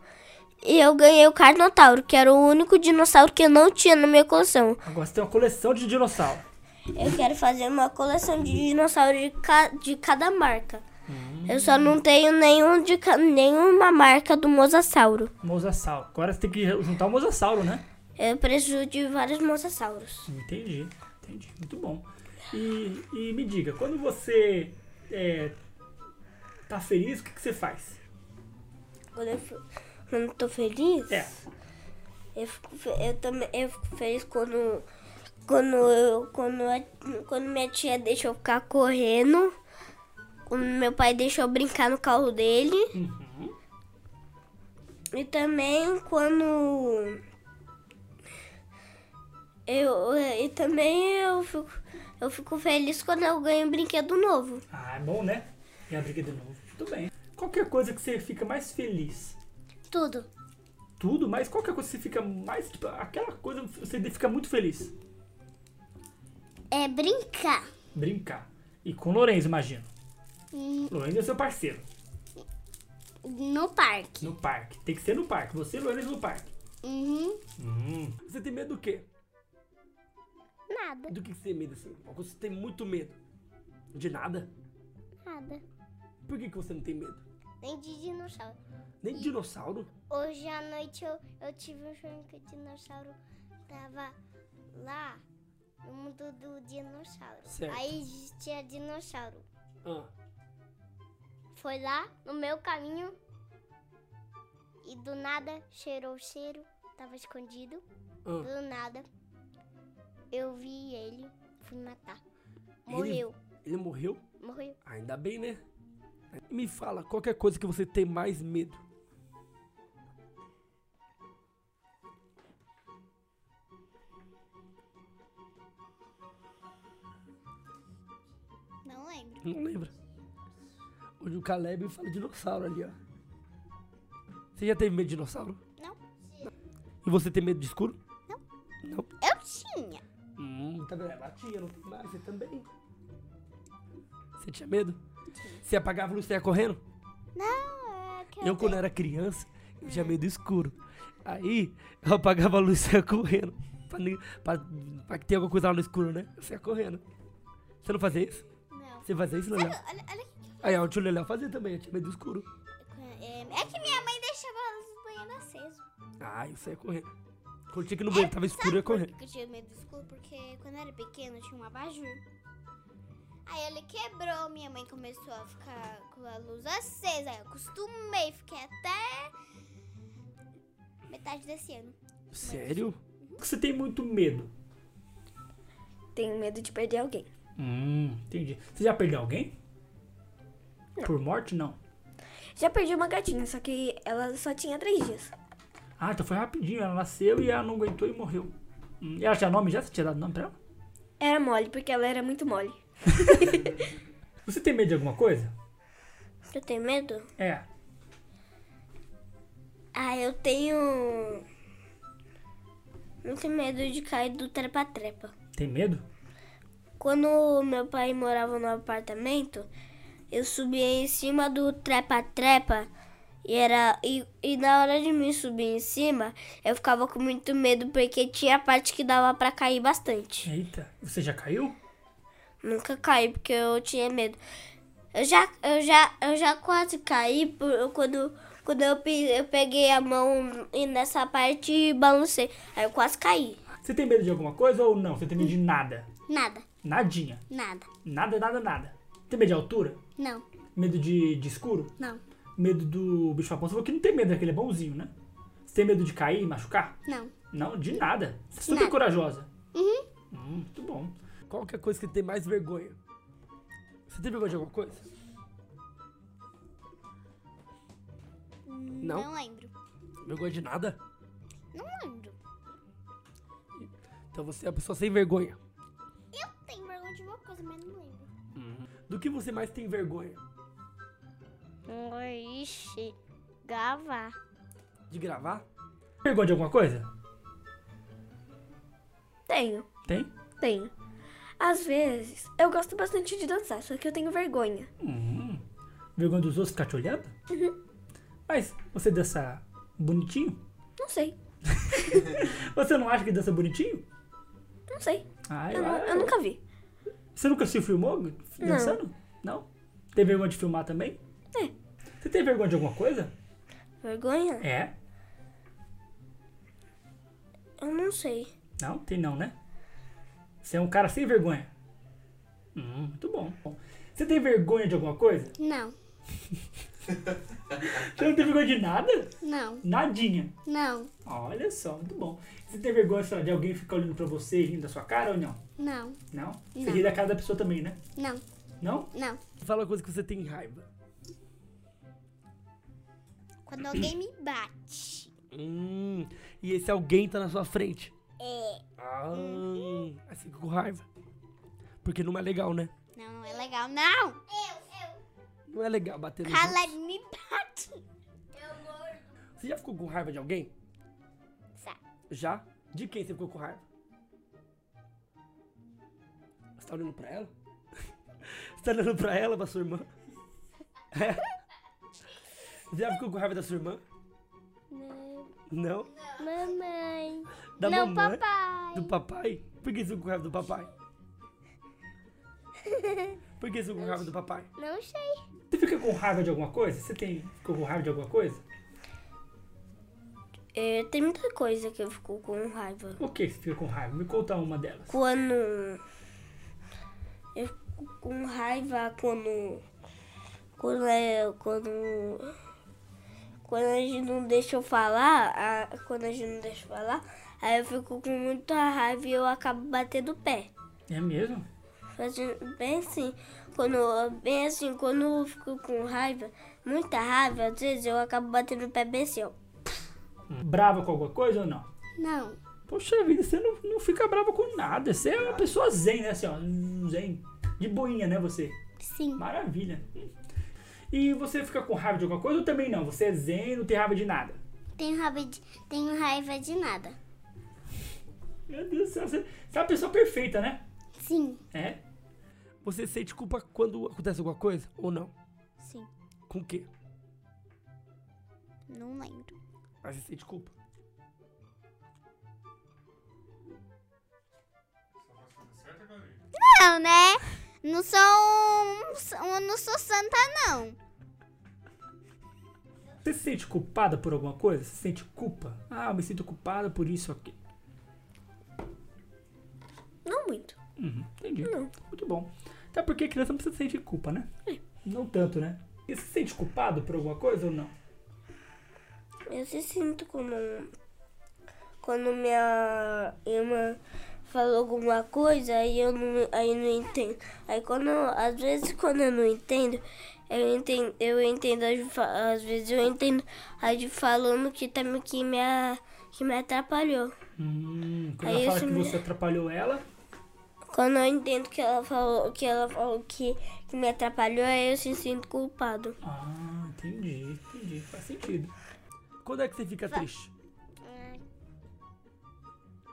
C: E eu ganhei o Carnotauro, que era o único dinossauro que eu não tinha na minha coleção.
D: Agora você tem uma coleção de dinossauro.
C: Eu quero fazer uma coleção de dinossauros de, ca- de cada marca. Eu só não tenho nenhum de ca- nenhuma marca do mosasauro.
D: Mosasauro. Agora você tem que juntar o mosasauro, né?
C: Eu preciso de vários mosasauros.
D: Entendi, entendi. Muito bom. E, e me diga, quando você é, tá feliz, o que, que você faz?
C: Quando eu, f- quando eu tô feliz,
D: É.
C: eu, fico, fe- eu também eu fico feliz quando quando eu, quando eu- quando minha tia deixa eu ficar correndo, quando meu pai deixa eu brincar no carro dele.
D: Uhum.
C: E também quando eu e também eu fico eu fico feliz quando eu ganho um brinquedo novo.
D: Ah, é bom, né? E a briga de novo. Muito bem. Qualquer coisa
A: é
D: que você fica mais feliz.
C: Tudo.
D: Tudo, mas qualquer coisa que você fica mais. Tipo, aquela coisa que você fica muito feliz.
B: É brincar.
D: Brincar. E com o Lorenzo, imagino.
B: Hum,
D: Lorenzo é seu parceiro.
B: No parque.
D: No parque. Tem que ser no parque. Você e Lorenzo no parque.
B: Uhum.
D: Hum.
A: Você tem medo do quê?
B: Nada,
A: Do que que você tem medo assim? Uma coisa que Você tem muito medo? De nada?
B: nada.
A: Por que, que você não tem medo?
B: Nem de dinossauro.
A: Nem de dinossauro?
B: Hoje à noite eu, eu tive um sonho que o dinossauro tava lá no mundo do dinossauro.
A: Certo.
B: Aí existia dinossauro.
A: Ah,
B: Foi lá no meu caminho e do nada cheirou o cheiro, tava escondido.
A: ah.
B: Do nada eu vi ele, fui matar.
A: Ele-
B: Morreu,
A: Ele morreu?
B: morreu.
A: Ainda bem, né? Me fala, qualquer coisa que você tem mais medo?
B: Não lembro.
A: Não lembra? Hoje o Caleb fala dinossauro ali, ó. Você já teve medo de dinossauro?
B: Não.
A: E você tem medo de escuro?
B: Não.
A: Não?
B: Eu tinha.
A: Hum, tá vendo? Ela tinha, não tem mais, você também. Você tinha medo? Você apagava a luz e saia correndo?
B: Não, é que
A: Eu, Hum. quando era criança, eu tinha medo do escuro. Aí, eu apagava a luz e saia correndo. Pra, nin- pra, pra que tenha alguma coisa lá no escuro, né? Eu saia correndo. Você não fazia isso?
B: Não.
A: Você fazia isso, Leléo?
B: Olha, olha aqui.
A: Aí, ó, o tio Leléo fazia também, eu tinha medo do escuro.
B: É, é que minha mãe deixava a luz do banheiro acesa.
A: Ah, eu saía correndo. Quando tinha que ir no banheiro, tava escuro, eu ia correr.
B: Porque eu tinha medo do escuro, porque quando eu era pequena eu tinha um abajur. Aí ele quebrou, minha mãe começou a ficar com a luz acesa. Aí eu acostumei, fiquei até metade desse ano.
A: Sério?
D: O que você tem muito medo?
F: Tenho medo de perder alguém.
D: Hum, entendi. Você já perdeu alguém? Por morte, não.
F: Já perdi uma gatinha, só que ela só tinha três dias.
D: Ah, então foi rapidinho. Ela nasceu e ela não aguentou e morreu. Hum, e ela tinha nome já? Você tinha dado nome pra ela?
F: Era mole, porque ela era muito mole.
D: Você tem medo de alguma coisa?
C: Eu tenho medo?
D: É.
C: Ah, eu tenho muito medo de cair do trepa-trepa.
D: Tem medo?
C: Quando meu pai morava no apartamento, eu subia em cima do trepa-trepa e era e, e na hora de me subir em cima, eu ficava com muito medo porque tinha parte que dava pra cair bastante.
D: Eita. Você já caiu?
C: Nunca caí porque eu tinha medo. Eu já eu já eu já quase caí por, quando quando eu, pe- eu peguei a mão e nessa parte e balancei. Aí eu quase caí.
D: Você tem medo de alguma coisa ou não? Você tem medo de nada?
B: Nada,
D: Hum. Nadinha.
B: nada.
D: Nada, nada, nada. Tem medo de altura?
B: Não,
D: Medo de, de escuro?
B: não,
D: Medo do bicho papão? Você falou que não tem medo, é que ele é bonzinho, né? Você tem medo de cair e machucar?
B: não,
D: Não, de nada. Você é super corajosa. Uhum. muito bom.
A: Qual que é a coisa que tem mais vergonha? Você tem vergonha de alguma coisa? Não?
B: Não lembro.
A: Vergonha de nada?
B: Não lembro.
A: Então você é uma pessoa sem vergonha.
B: Eu tenho vergonha de uma coisa, mas não lembro.
A: Do que você mais tem vergonha?
B: Ixi, gravar.
A: De gravar?
D: Vergonha de alguma coisa?
F: Tenho,
D: Tem?
F: tenho. Às vezes, eu gosto bastante de dançar, só que eu tenho vergonha.
D: Hum. Vergonha dos outros ficar te olhando? Uhum. Mas você dança bonitinho?
F: Não sei,
D: Você não acha que dança bonitinho?
F: não sei.
D: Ah,
F: Eu, nu- eu nunca vi.
D: Você nunca se filmou dançando? Não. Tem vergonha de filmar também?
F: É.
D: Você tem vergonha de alguma coisa?
F: Vergonha?
D: É.
F: Eu não sei.
D: Não, tem não, né? Você é um cara sem vergonha. Hum, muito bom. Bom, Você tem vergonha de alguma coisa?
B: Não,
D: Você não tem vergonha de nada?
B: não,
D: Nadinha.
B: não,
D: Olha só, muito bom. Você tem vergonha só de alguém ficar olhando pra você e rindo da sua cara ou não?
B: não,
D: Não? Você
B: Não.
D: ri da cara da pessoa também, né?
B: não,
D: Não?
B: não.
A: Fala uma coisa que você tem raiva.
B: Quando alguém me bate.
A: Hum. E esse alguém tá na sua frente.
B: É.
A: Ah. Assim com raiva. Porque não é legal, né?
B: Não, não é legal, não!
A: Não é legal bater no
B: Cala, me bate!
A: Você já ficou com raiva de alguém?
B: Já.
A: Já? De quem você ficou com raiva? Você tá olhando pra ela? [LAUGHS] Você tá olhando pra ela, pra sua irmã? [LAUGHS] É? Você já ficou com raiva da sua irmã? Não?
C: Mamãe.
A: Da
B: não,
A: mamãe?
B: papai!
A: Do papai? Por que você ficou com raiva do
B: [LAUGHS]
A: papai? Por que você ficou com raiva do papai?
B: Não sei.
D: Você fica com raiva de alguma coisa? Você tem, ficou com raiva de alguma coisa?
C: É, tem muita coisa que eu fico com raiva.
D: Por que você fica com raiva? Me conta uma delas.
C: Quando. Eu fico com raiva quando. Quando é. Quando. Quando a gente não deixa eu falar. a- quando a gente não deixa eu falar. Aí eu fico com muita raiva e eu acabo batendo o pé.
D: É mesmo?
C: Fazendo bem assim. Quando, bem assim, quando eu fico com raiva, muita raiva, às vezes eu acabo batendo o pé bem assim, ó.
D: Hum. Brava com alguma coisa ou não?
B: Não.
D: Poxa vida, você não, não fica brava com nada. Você é uma pessoa zen, né? Assim, ó, zen. De boinha, né, você?
B: Sim.
D: Maravilha. Hum. E você fica com raiva de alguma coisa ou também não? Você é zen, não tem raiva de nada.
B: Tenho raiva de, tenho raiva de nada.
D: Meu Deus do céu, você, você é uma pessoa perfeita, né?
B: Sim.
D: É.
A: Você sente culpa quando acontece alguma coisa ou não?
B: Sim.
A: Com o quê?
B: Não lembro.
A: Mas você sente culpa?
B: Não, né? Não sou um, um- não sou santa, não.
D: Você se sente culpada por alguma coisa? Você sente culpa? Ah, eu me sinto culpada por isso aqui.
F: Não muito.
D: Uhum, entendi. Muito bom. Até porque criança não precisa sentir culpa, né?
C: É.
D: Não tanto, né? E você se sente culpado por alguma coisa ou não?
C: Eu se sinto quando, quando minha irmã falou alguma coisa aí eu não, aí não entendo. Aí quando às vezes quando eu não entendo, eu entendo, eu entendo a Ju fa- às vezes eu entendo a de falando que também que me a- que me atrapalhou.
D: Hum, quando
C: Aí
D: ela fala
C: isso
D: que
C: me-
D: você atrapalhou ela,
C: Quando eu entendo que ela falou que ela falou que, que me atrapalhou, aí eu se sinto culpado.
D: Ah, entendi, entendi. Faz sentido.
A: Quando é que você fica triste?
B: Ah,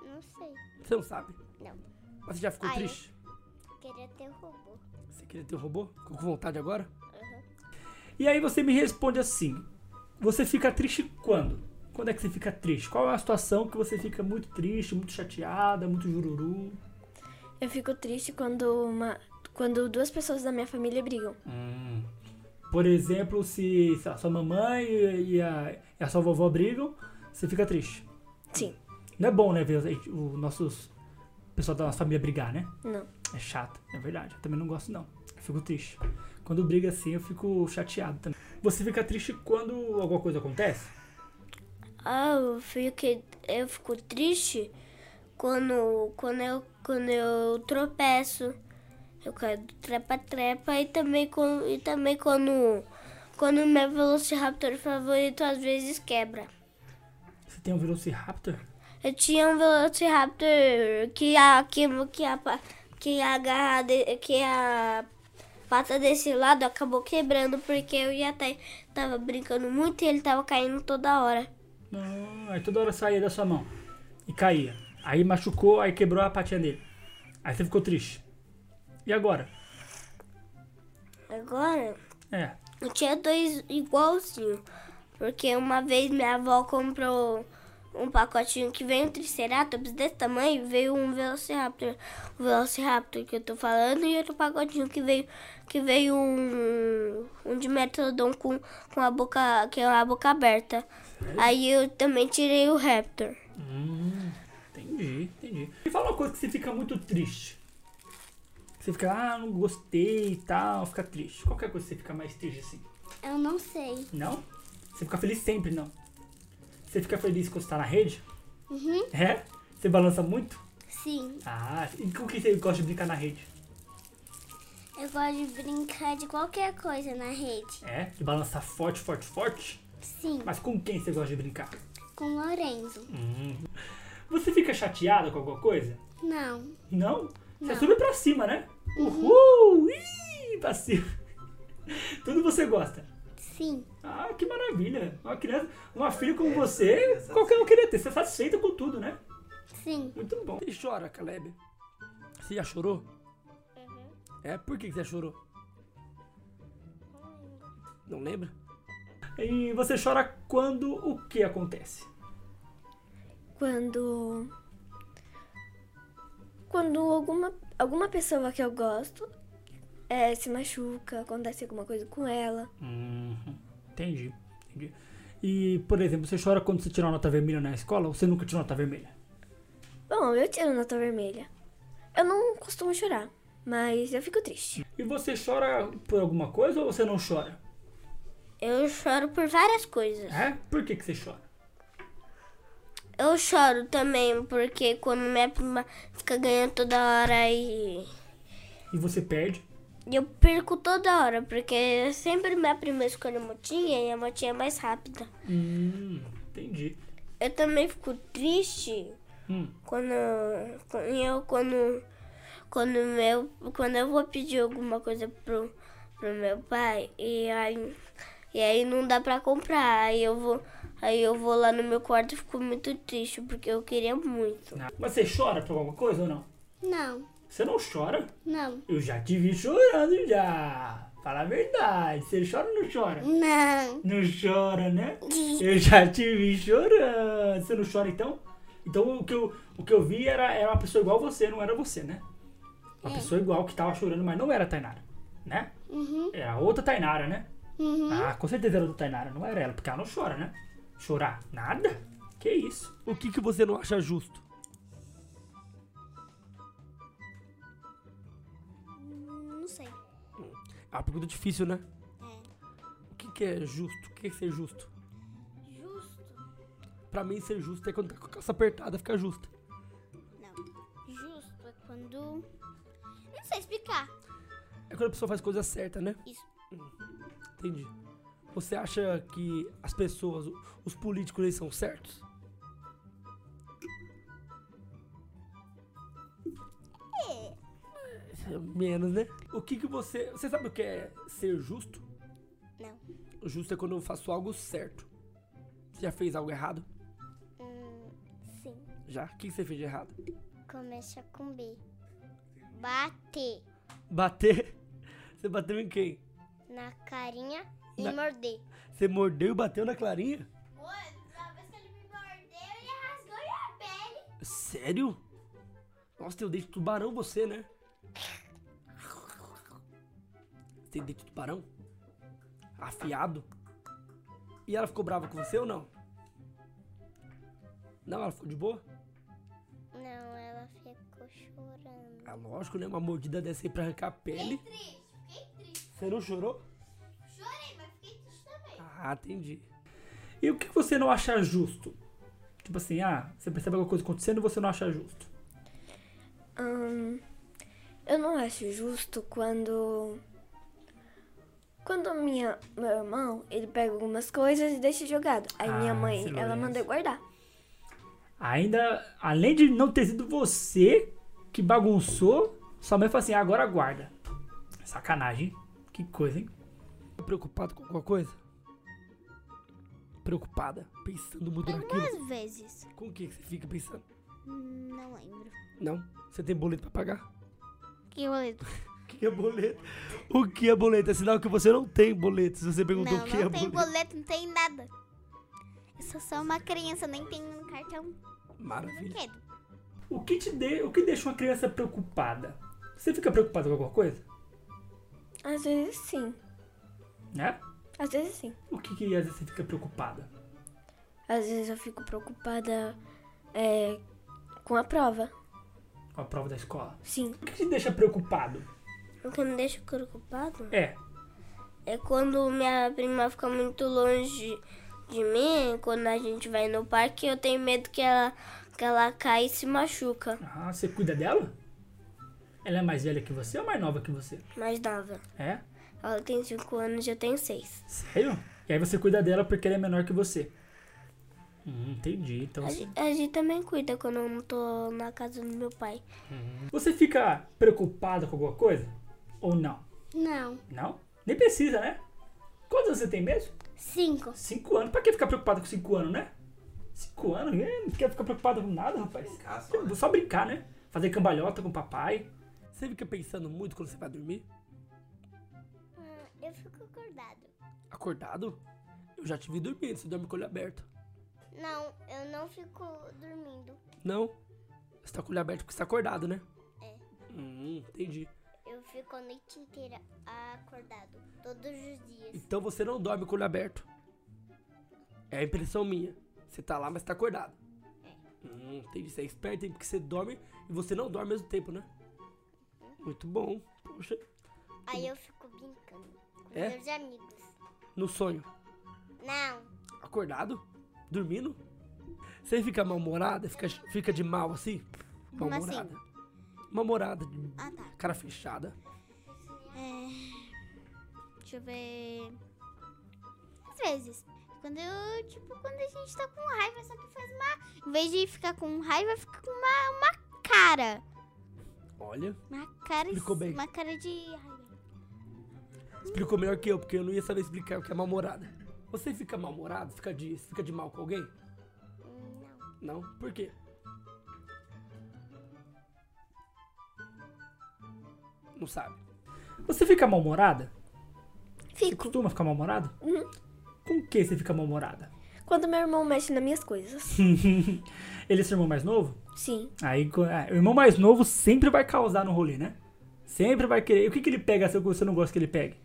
B: Não sei.
A: Você não sabe?
B: Não.
A: Mas você já ficou
B: Ah, eu-
A: triste?
B: Queria ter robô.
A: Você queria ter um robô? Ficou com vontade agora?
D: E aí você me responde assim: Você fica triste quando? Quando é que você fica triste? Qual é a situação que você fica muito triste, muito chateada, muito jururu?
F: Eu fico triste quando uma. Quando duas pessoas da minha família brigam.
D: Por exemplo, se sei lá, sua mamãe e e a, e a sua vovó brigam, você fica triste.
F: Sim.
D: Não é bom, né, ver os- o nossos o pessoal da nossa família brigar, né?
F: Não.
D: É chato, é verdade. Eu também não gosto, não. Eu fico triste. Quando briga assim, eu fico chateado também. Você fica triste quando alguma coisa acontece?
C: Ah, eu fiquei, eu fico triste quando, quando, eu, quando eu tropeço. Eu caio do trepa-trepa e também, quando, e também quando, quando meu Velociraptor favorito às vezes quebra.
D: Você tem um Velociraptor?
C: Eu tinha um Velociraptor que a, que, que a, pa- que a, garra de- que a pata desse lado acabou quebrando porque eu já ta- tava brincando muito e ele tava caindo toda hora.
D: Não, aí toda hora saía da sua mão e caía. Aí machucou, aí quebrou a patinha dele. Aí você ficou triste. E agora?
C: Agora,
D: É.
C: eu tinha dois igualzinho, porque uma vez minha avó comprou um pacotinho que veio um Triceratops desse tamanho, veio um Velociraptor, o Velociraptor que eu tô falando, e outro pacotinho que veio que veio um, um de Metrodon com, com a boca que é uma boca aberta. Aí eu também tirei o Raptor.
D: Hum, entendi, entendi. E fala uma coisa que você fica muito triste. Você fica, ah, não gostei e tal, fica triste. Qualquer coisa que você fica mais triste assim.
B: Eu não sei.
D: Não? Você fica feliz sempre, não? Você fica feliz quando você tá na rede?
B: Uhum.
D: É? Você balança muito?
B: Sim.
D: Ah, e com o que você gosta de brincar na rede?
B: Eu gosto de brincar de qualquer coisa na rede.
D: É? De balançar forte, forte, forte?
B: Sim.
D: Mas com quem você gosta de brincar?
B: Com o Lorenzo.
D: Você fica chateada com alguma coisa?
B: Não.
D: Não? Você
B: Não.
D: sube pra cima, né? Uhul! Ih, pra cima. [LAUGHS] Tudo você gosta.
B: Sim.
D: Ah, que maravilha. Uma criança, uma filha como você, qualquer um queria ter. Você é satisfeita com tudo, né?
B: Sim.
D: Muito bom.
A: Você chora, Caleb. Você já chorou? É? Por que que você já chorou? Não lembra?
D: E você chora quando o que acontece?
F: Quando. Quando alguma, alguma pessoa que eu gosto é, se machuca, acontece alguma coisa com ela.
D: Uhum. entendi. entendi. E, por exemplo, você chora quando você tira uma nota vermelha na escola ou você nunca tirou nota vermelha?
F: Bom, eu tiro nota vermelha. Eu não costumo chorar, mas eu fico triste.
D: E você chora por alguma coisa ou você não chora?
C: Eu choro por várias coisas.
D: É? Por que, que você chora?
C: Eu choro também, porque quando minha prima fica ganhando toda hora e
D: E você perde?
C: eu perco toda hora, porque sempre minha prima escolhe a motinha e a motinha é mais rápida.
D: Hum, entendi.
C: Eu também fico triste
D: Hum.
C: quando quando eu quando quando meu quando eu vou pedir alguma coisa pro, pro meu pai e aí e aí não dá pra comprar, aí eu vou aí eu vou lá no meu quarto e fico muito triste porque eu queria muito.
D: Mas você chora por alguma coisa ou não?
B: Não.
D: Você não chora?
B: Não.
D: Eu já te vi chorando já. Fala a verdade. Você chora ou não chora?
B: Não.
D: Não chora, né? Eu já te vi chorando. Você não chora então? Então o que eu, o que eu vi era, era uma pessoa igual a você, não era você, né? Uma pessoa igual que tava chorando, mas não era a Tainara, né?
B: Uhum,
D: Era outra Tainara, né? Ah, com certeza era outra Tainara, não era ela, porque ela não chora, né? Chorar? Nada? Que isso?
A: O que, que você não acha justo?
B: Não sei.
A: É uma pergunta difícil, né? O que, que é justo? O que é ser justo?
B: Justo?
A: Pra mim, ser justo é quando tá com a calça apertada, fica justa.
B: Não. Justo é quando. Não sei explicar.
A: É quando a pessoa faz coisa certa, né?
B: Isso.
A: Hum, Entendi. Você acha que as pessoas, o- os políticos, eles são certos? É. Menos, né? O que que você... Você sabe o que é ser justo?
B: Não.
A: O Justo é quando eu faço algo certo. Você já fez algo errado?
B: Hum, Sim.
A: Já? O que que você fez de errado?
B: Começa com B. Bater
A: Bater? [LAUGHS] Você bateu em quem?
B: na carinha e
A: Na-
B: morder.
A: Você mordeu e bateu na Clarinha?
G: Mano, na vez que ele me mordeu, ele rasgou minha pele.
A: Sério? Nossa, tem o dente de tubarão você, né? Tem dente de tubarão? Afiado? E ela ficou brava com você ou não? Não, ela ficou de boa?
B: Não, ela ficou chorando.
A: Ah, lógico, né? Uma mordida dessa aí pra arrancar a pele.
G: Triste, fiquei triste.
A: Você não chorou?
G: Chorei, mas fiquei triste também.
A: Ah, entendi.
D: E o que você não acha justo? Tipo assim, ah, você percebe alguma coisa acontecendo e você não acha justo.
C: Ahn, eu não acho justo quando. Quando minha, meu irmão, ele pega algumas coisas e deixa jogado. Aí minha
D: Ah,
C: mãe,
D: sei lá,
C: ela
D: é
C: manda
D: isso.
C: guardar.
D: Ainda, além de não ter sido você que bagunçou, sua mãe fala assim, ah, agora guarda. Sacanagem, hein? Que coisa, hein?
A: Preocupado com alguma coisa? Preocupada, pensando muito naquilo.
B: Às vezes.
A: Com o que que você fica pensando?
B: Hum, Não lembro.
A: Não? Você tem boleto pra pagar?
B: Que boleto?
A: O que é boleto? O que é boleto? É sinal que você não tem boleto. Se você perguntou
B: não,
A: o que
B: não
A: é
B: tem
A: boleto.
B: boleto, não tem nada. Eu sou só uma criança, nem tenho um cartão
A: Maravilha.
B: brinquedo.
D: O que te de, o que deixa uma criança preocupada? Você fica preocupada com alguma coisa?
C: Às vezes sim.
D: Né?
C: Às vezes sim.
D: O que que às vezes você fica preocupada?
C: Às vezes eu fico preocupada é, com a prova.
D: Com a prova da escola?
C: Sim.
D: O que te deixa preocupado?
I: O que me deixa preocupado
D: É,
I: é quando minha prima fica muito longe de mim, quando a gente vai no parque, eu tenho medo que ela, que ela caia e se machuca.
D: ah, você cuida dela? Ela é mais velha que você ou mais nova que você?
I: Mas nova.
D: É?
I: Ela tem 5 anos e eu tenho 6.
D: Sério? E aí você cuida dela porque ela é menor que você. Hum, entendi. Então
I: A,
D: você-
I: gen- a gente também cuida quando eu não tô na casa do meu pai.
D: você fica preocupada com alguma coisa? Ou não?
B: Não.
D: Não? Nem precisa, né? Quantos anos você tem mesmo?
B: Cinco.
D: Cinco anos. Pra que ficar preocupado com cinco anos, né? Cinco anos?
A: É,
D: né? Não quer ficar preocupado com nada, rapaz.
E: Brincar só, né?
D: Só brincar, né? Fazer cambalhota com o papai.
A: Você fica pensando muito quando você vai dormir?
B: Ah, Eu fico acordado.
A: Acordado? Eu já te vi dormindo, você dorme com o olho aberto.
B: Não, eu não fico dormindo.
A: Não? Você tá com o olho aberto porque você tá acordado, né? É. Hum, entendi.
B: Eu fico a noite inteira acordado. Todos os dias.
A: Então você não dorme com o olho aberto. É a impressão minha. Você tá lá, mas tá acordado. Hum, entendi. Você é esperto, hein? Porque você dorme e você não dorme ao mesmo tempo, né? Muito bom. Poxa.
B: Aí eu fico brincando com
A: É?
B: meus amigos.
A: No sonho.
B: Não.
A: Acordado? Dormindo? Você fica mal-humorada? Fica, fica de mal assim?
B: Como
A: Mal-humorada. Mal-humorada, de
B: Ah, tá.
A: cara fechada.
B: Deixa eu ver. Às vezes. Quando eu, tipo, quando a gente tá com raiva, só que faz uma. Em vez de ficar com raiva, fica com uma, uma cara.
A: Olha,
B: Uma cara.
A: Explicou bem.
B: Uma cara de raiva.
A: explicou melhor que eu, porque eu não ia saber explicar o que é mal-humorada. Você fica mal-humorado? Fica de, fica de mal com alguém? Não. Não? Por quê? Não sabe.
D: Você fica mal-humorada? Você
C: Fico.
D: costuma ficar mal-humorado? Com o que você fica mal-humorada?
C: Quando meu irmão mexe nas minhas coisas.
D: Ele é seu irmão mais novo?
C: Sim.
D: Aí, co- ah, o irmão mais novo sempre vai causar no rolê, né? Sempre vai querer. O que, que ele pega se você não gosta que ele pegue?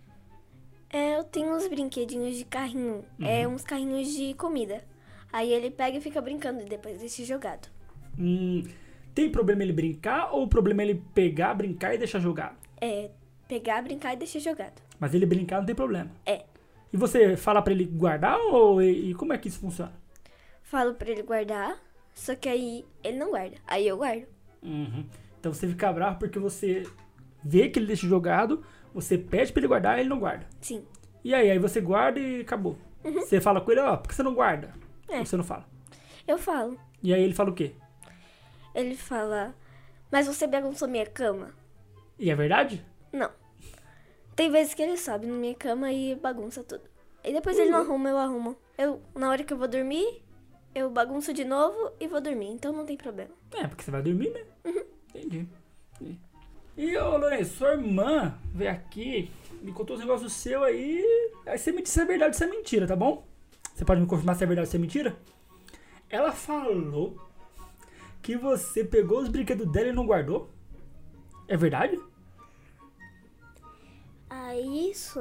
C: É, eu tenho uns brinquedinhos de carrinho. É uns carrinhos de comida. Aí ele pega e fica brincando e depois deixa jogado.
D: Hum, tem problema ele brincar ou o problema é ele pegar, brincar e deixar jogado?
C: É, pegar, brincar e deixar jogado.
D: Mas ele brincar não tem problema.
C: É.
D: E você fala pra ele guardar ou e, e como é que isso funciona?
C: Falo pra ele guardar, só que aí ele não guarda. Aí eu guardo.
D: Uhum. Então você fica bravo porque você vê que ele deixa jogado, você pede pra ele guardar e ele não guarda.
C: Sim.
D: E aí, aí você guarda e acabou. Você fala com ele, ó, por que você não guarda?
C: Uhum. É.
D: Ou você não fala.
C: Eu falo.
D: E aí ele fala o quê?
C: Ele fala, mas você bagunçou minha cama?
D: E é verdade?
C: Não. Tem vezes que ele sobe na minha cama e bagunça tudo. E depois ele não arruma, eu arrumo. Eu, na hora que eu vou dormir, eu bagunço de novo e vou dormir. Então não tem problema.
D: É, porque você vai dormir, né? Entendi. Entendi. E, ô Lourenço, sua irmã veio aqui, me contou os negócios seu aí. Aí você me disse se é verdade ou se é mentira, tá bom? Você pode me confirmar se é verdade ou se é mentira? Ela falou que você pegou os brinquedos dela e não guardou. É verdade?
I: Ah, isso?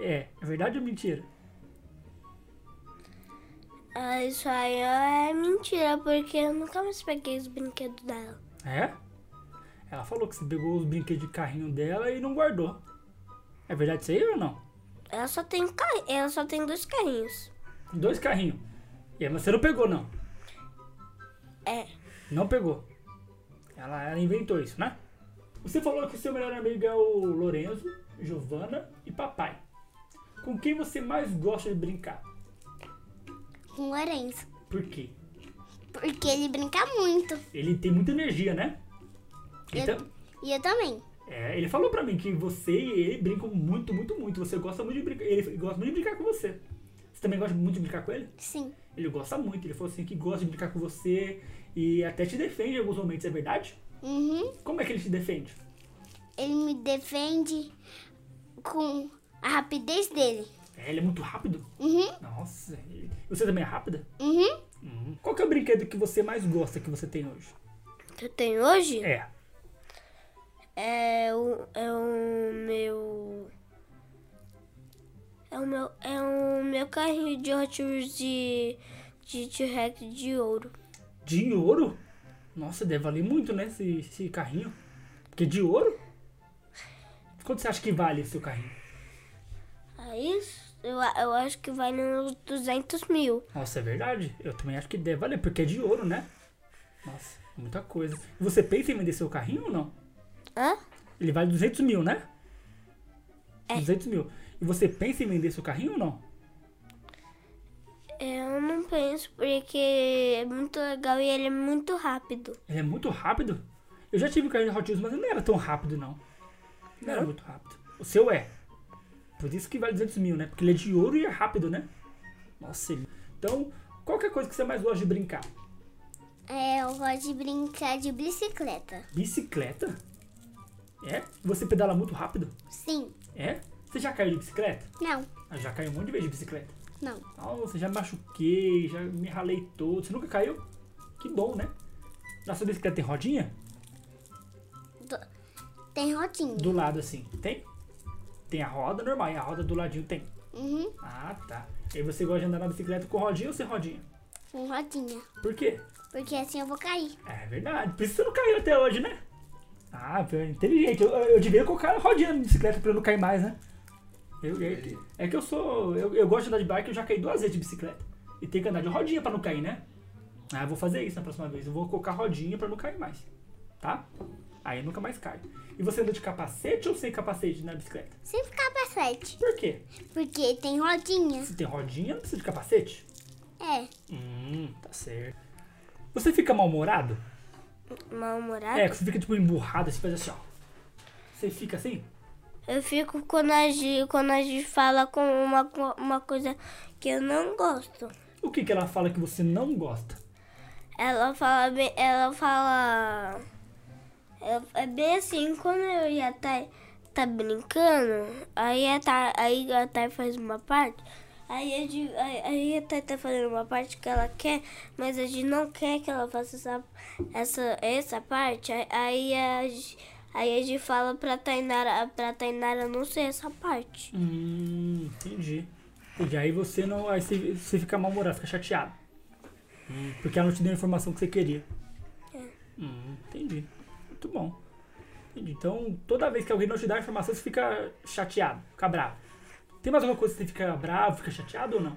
D: É. É verdade ou mentira?
I: Ah, isso aí é mentira, porque eu nunca mais peguei os brinquedos dela.
D: É? Ela falou que você pegou os brinquedos de carrinho dela e não guardou. É verdade isso aí ou não?
I: Ela só tem, um carri- ela só tem dois carrinhos.
D: Dois carrinhos. E aí você não pegou, não.
C: É.
D: Não pegou. Ela, ela inventou isso, né? Você falou que o seu melhor amigo é o Lorenzo, Giovana e papai. Com quem você mais gosta de brincar?
B: Com o Lourenço.
D: Por quê?
B: Porque ele brinca muito.
D: Ele tem muita energia, né?
B: Eu-
D: Então,
B: E eu também.
D: é, ele falou pra mim que você e ele brincam muito, muito, muito. Você gosta muito de brincar. Ele gosta muito de brincar com você. Você também gosta muito de brincar com ele?
B: Sim.
D: Ele gosta muito. Ele falou assim que gosta de brincar com você e até te defende em alguns momentos, é verdade?
B: Uhum.
D: Como é que ele te defende?
B: Ele me defende com a rapidez dele.
D: É, ele é muito rápido.
B: Uhum.
D: Nossa, ele- você também é rápida?
B: Uhum.
D: Hum. Qual que é o brinquedo que você mais gosta que você tem hoje?
C: Que eu tenho hoje
D: É.
C: é o, é o meu. É o meu, é o meu carrinho de Hot Wheels de, de T-Rex de ouro.
D: De ouro? Nossa, deve valer muito, né? Esse, esse carrinho. Porque de ouro? Quanto você acha que vale esse seu carrinho?
C: Aí É eu, a- eu acho que vai nos 200 mil.
D: Nossa, é verdade. Eu também acho que deve valer, porque é de ouro, né? Nossa, muita coisa. Você pensa em vender seu carrinho ou não?
C: Hã?
D: Ele vale 200 mil, né? É. 200 mil. E você pensa em vender seu carrinho ou não?
C: Eu não penso porque é muito legal e ele é muito rápido.
D: Ele é muito rápido. Eu já tive um carrinho de Hot Wheels, mas ele não era tão rápido, não. Não era muito rápido. O seu é. Por isso que vale 200 mil, né? Porque ele é de ouro e é rápido, né? Nossa, ele... Então, qual que é a coisa que você mais gosta de brincar?
B: É, eu gosto de brincar de bicicleta.
D: Bicicleta? É? Você pedala muito rápido?
B: Sim.
D: É? Você já caiu de bicicleta?
B: Não.
D: Ah, já caiu um monte de vezes de bicicleta.
B: Não.
D: Nossa, já machuquei, já me ralei todo. Você nunca caiu? Que bom, né? Na sua bicicleta tem rodinha?
B: Do- Tem rodinha.
D: Do lado assim, tem? Tem a roda normal e a roda do ladinho tem.
B: Uhum.
D: Ah, tá. E você gosta de andar na bicicleta com rodinha ou sem rodinha?
B: Com rodinha.
D: Por quê?
B: Porque assim eu vou cair.
D: É verdade. Por isso você não caiu até hoje, né? Ah, pô, inteligente. Eu, eu devia colocar rodinha na bicicleta pra eu não cair mais, né? Eu, é, que- é que eu sou. Eu, eu gosto de andar de bike, eu já caí duas vezes de bicicleta. E tem que andar de rodinha pra não cair, né? Ah, eu vou fazer isso na próxima vez. Eu vou colocar rodinha pra não cair mais. Tá? Aí eu nunca mais caio. E você anda de capacete ou sem capacete na bicicleta?
B: Sem ficar pra frente.
D: Por quê?
B: Porque tem rodinha.
D: Se tem rodinha, não precisa de capacete?
B: É.
D: Hum, tá certo. Você fica mal-humorado?
C: Mal-humorado.
D: É, que você fica tipo emburrado, você faz assim, ó. Você fica assim?
C: Eu fico quando a Gi, quando a Gi fala com uma, co- uma coisa que eu não gosto.
D: O que que ela fala que você não gosta?
C: Ela fala bem. Ela fala. é- É bem assim, quando eu e a Thay tá brincando, aí a Thay, aí a Thay faz uma parte. Aí a, Gi- aí- aí a Thay tá fazendo uma parte que ela quer, mas a gente não quer que ela faça essa, essa, essa parte. Aí- Aí a, Gi- aí a gente fala pra Tainara, pra Tainara não ser essa parte.
D: Hum, entendi. E aí você não. Aí você, você fica mal-humorado, fica chateado. Porque ela não te deu a informação que você queria. Hum, entendi. Muito bom. Entendi. Então, toda vez que alguém não te dá a informação, você fica chateado, fica bravo. Tem mais alguma coisa que você fica bravo, fica chateado ou não?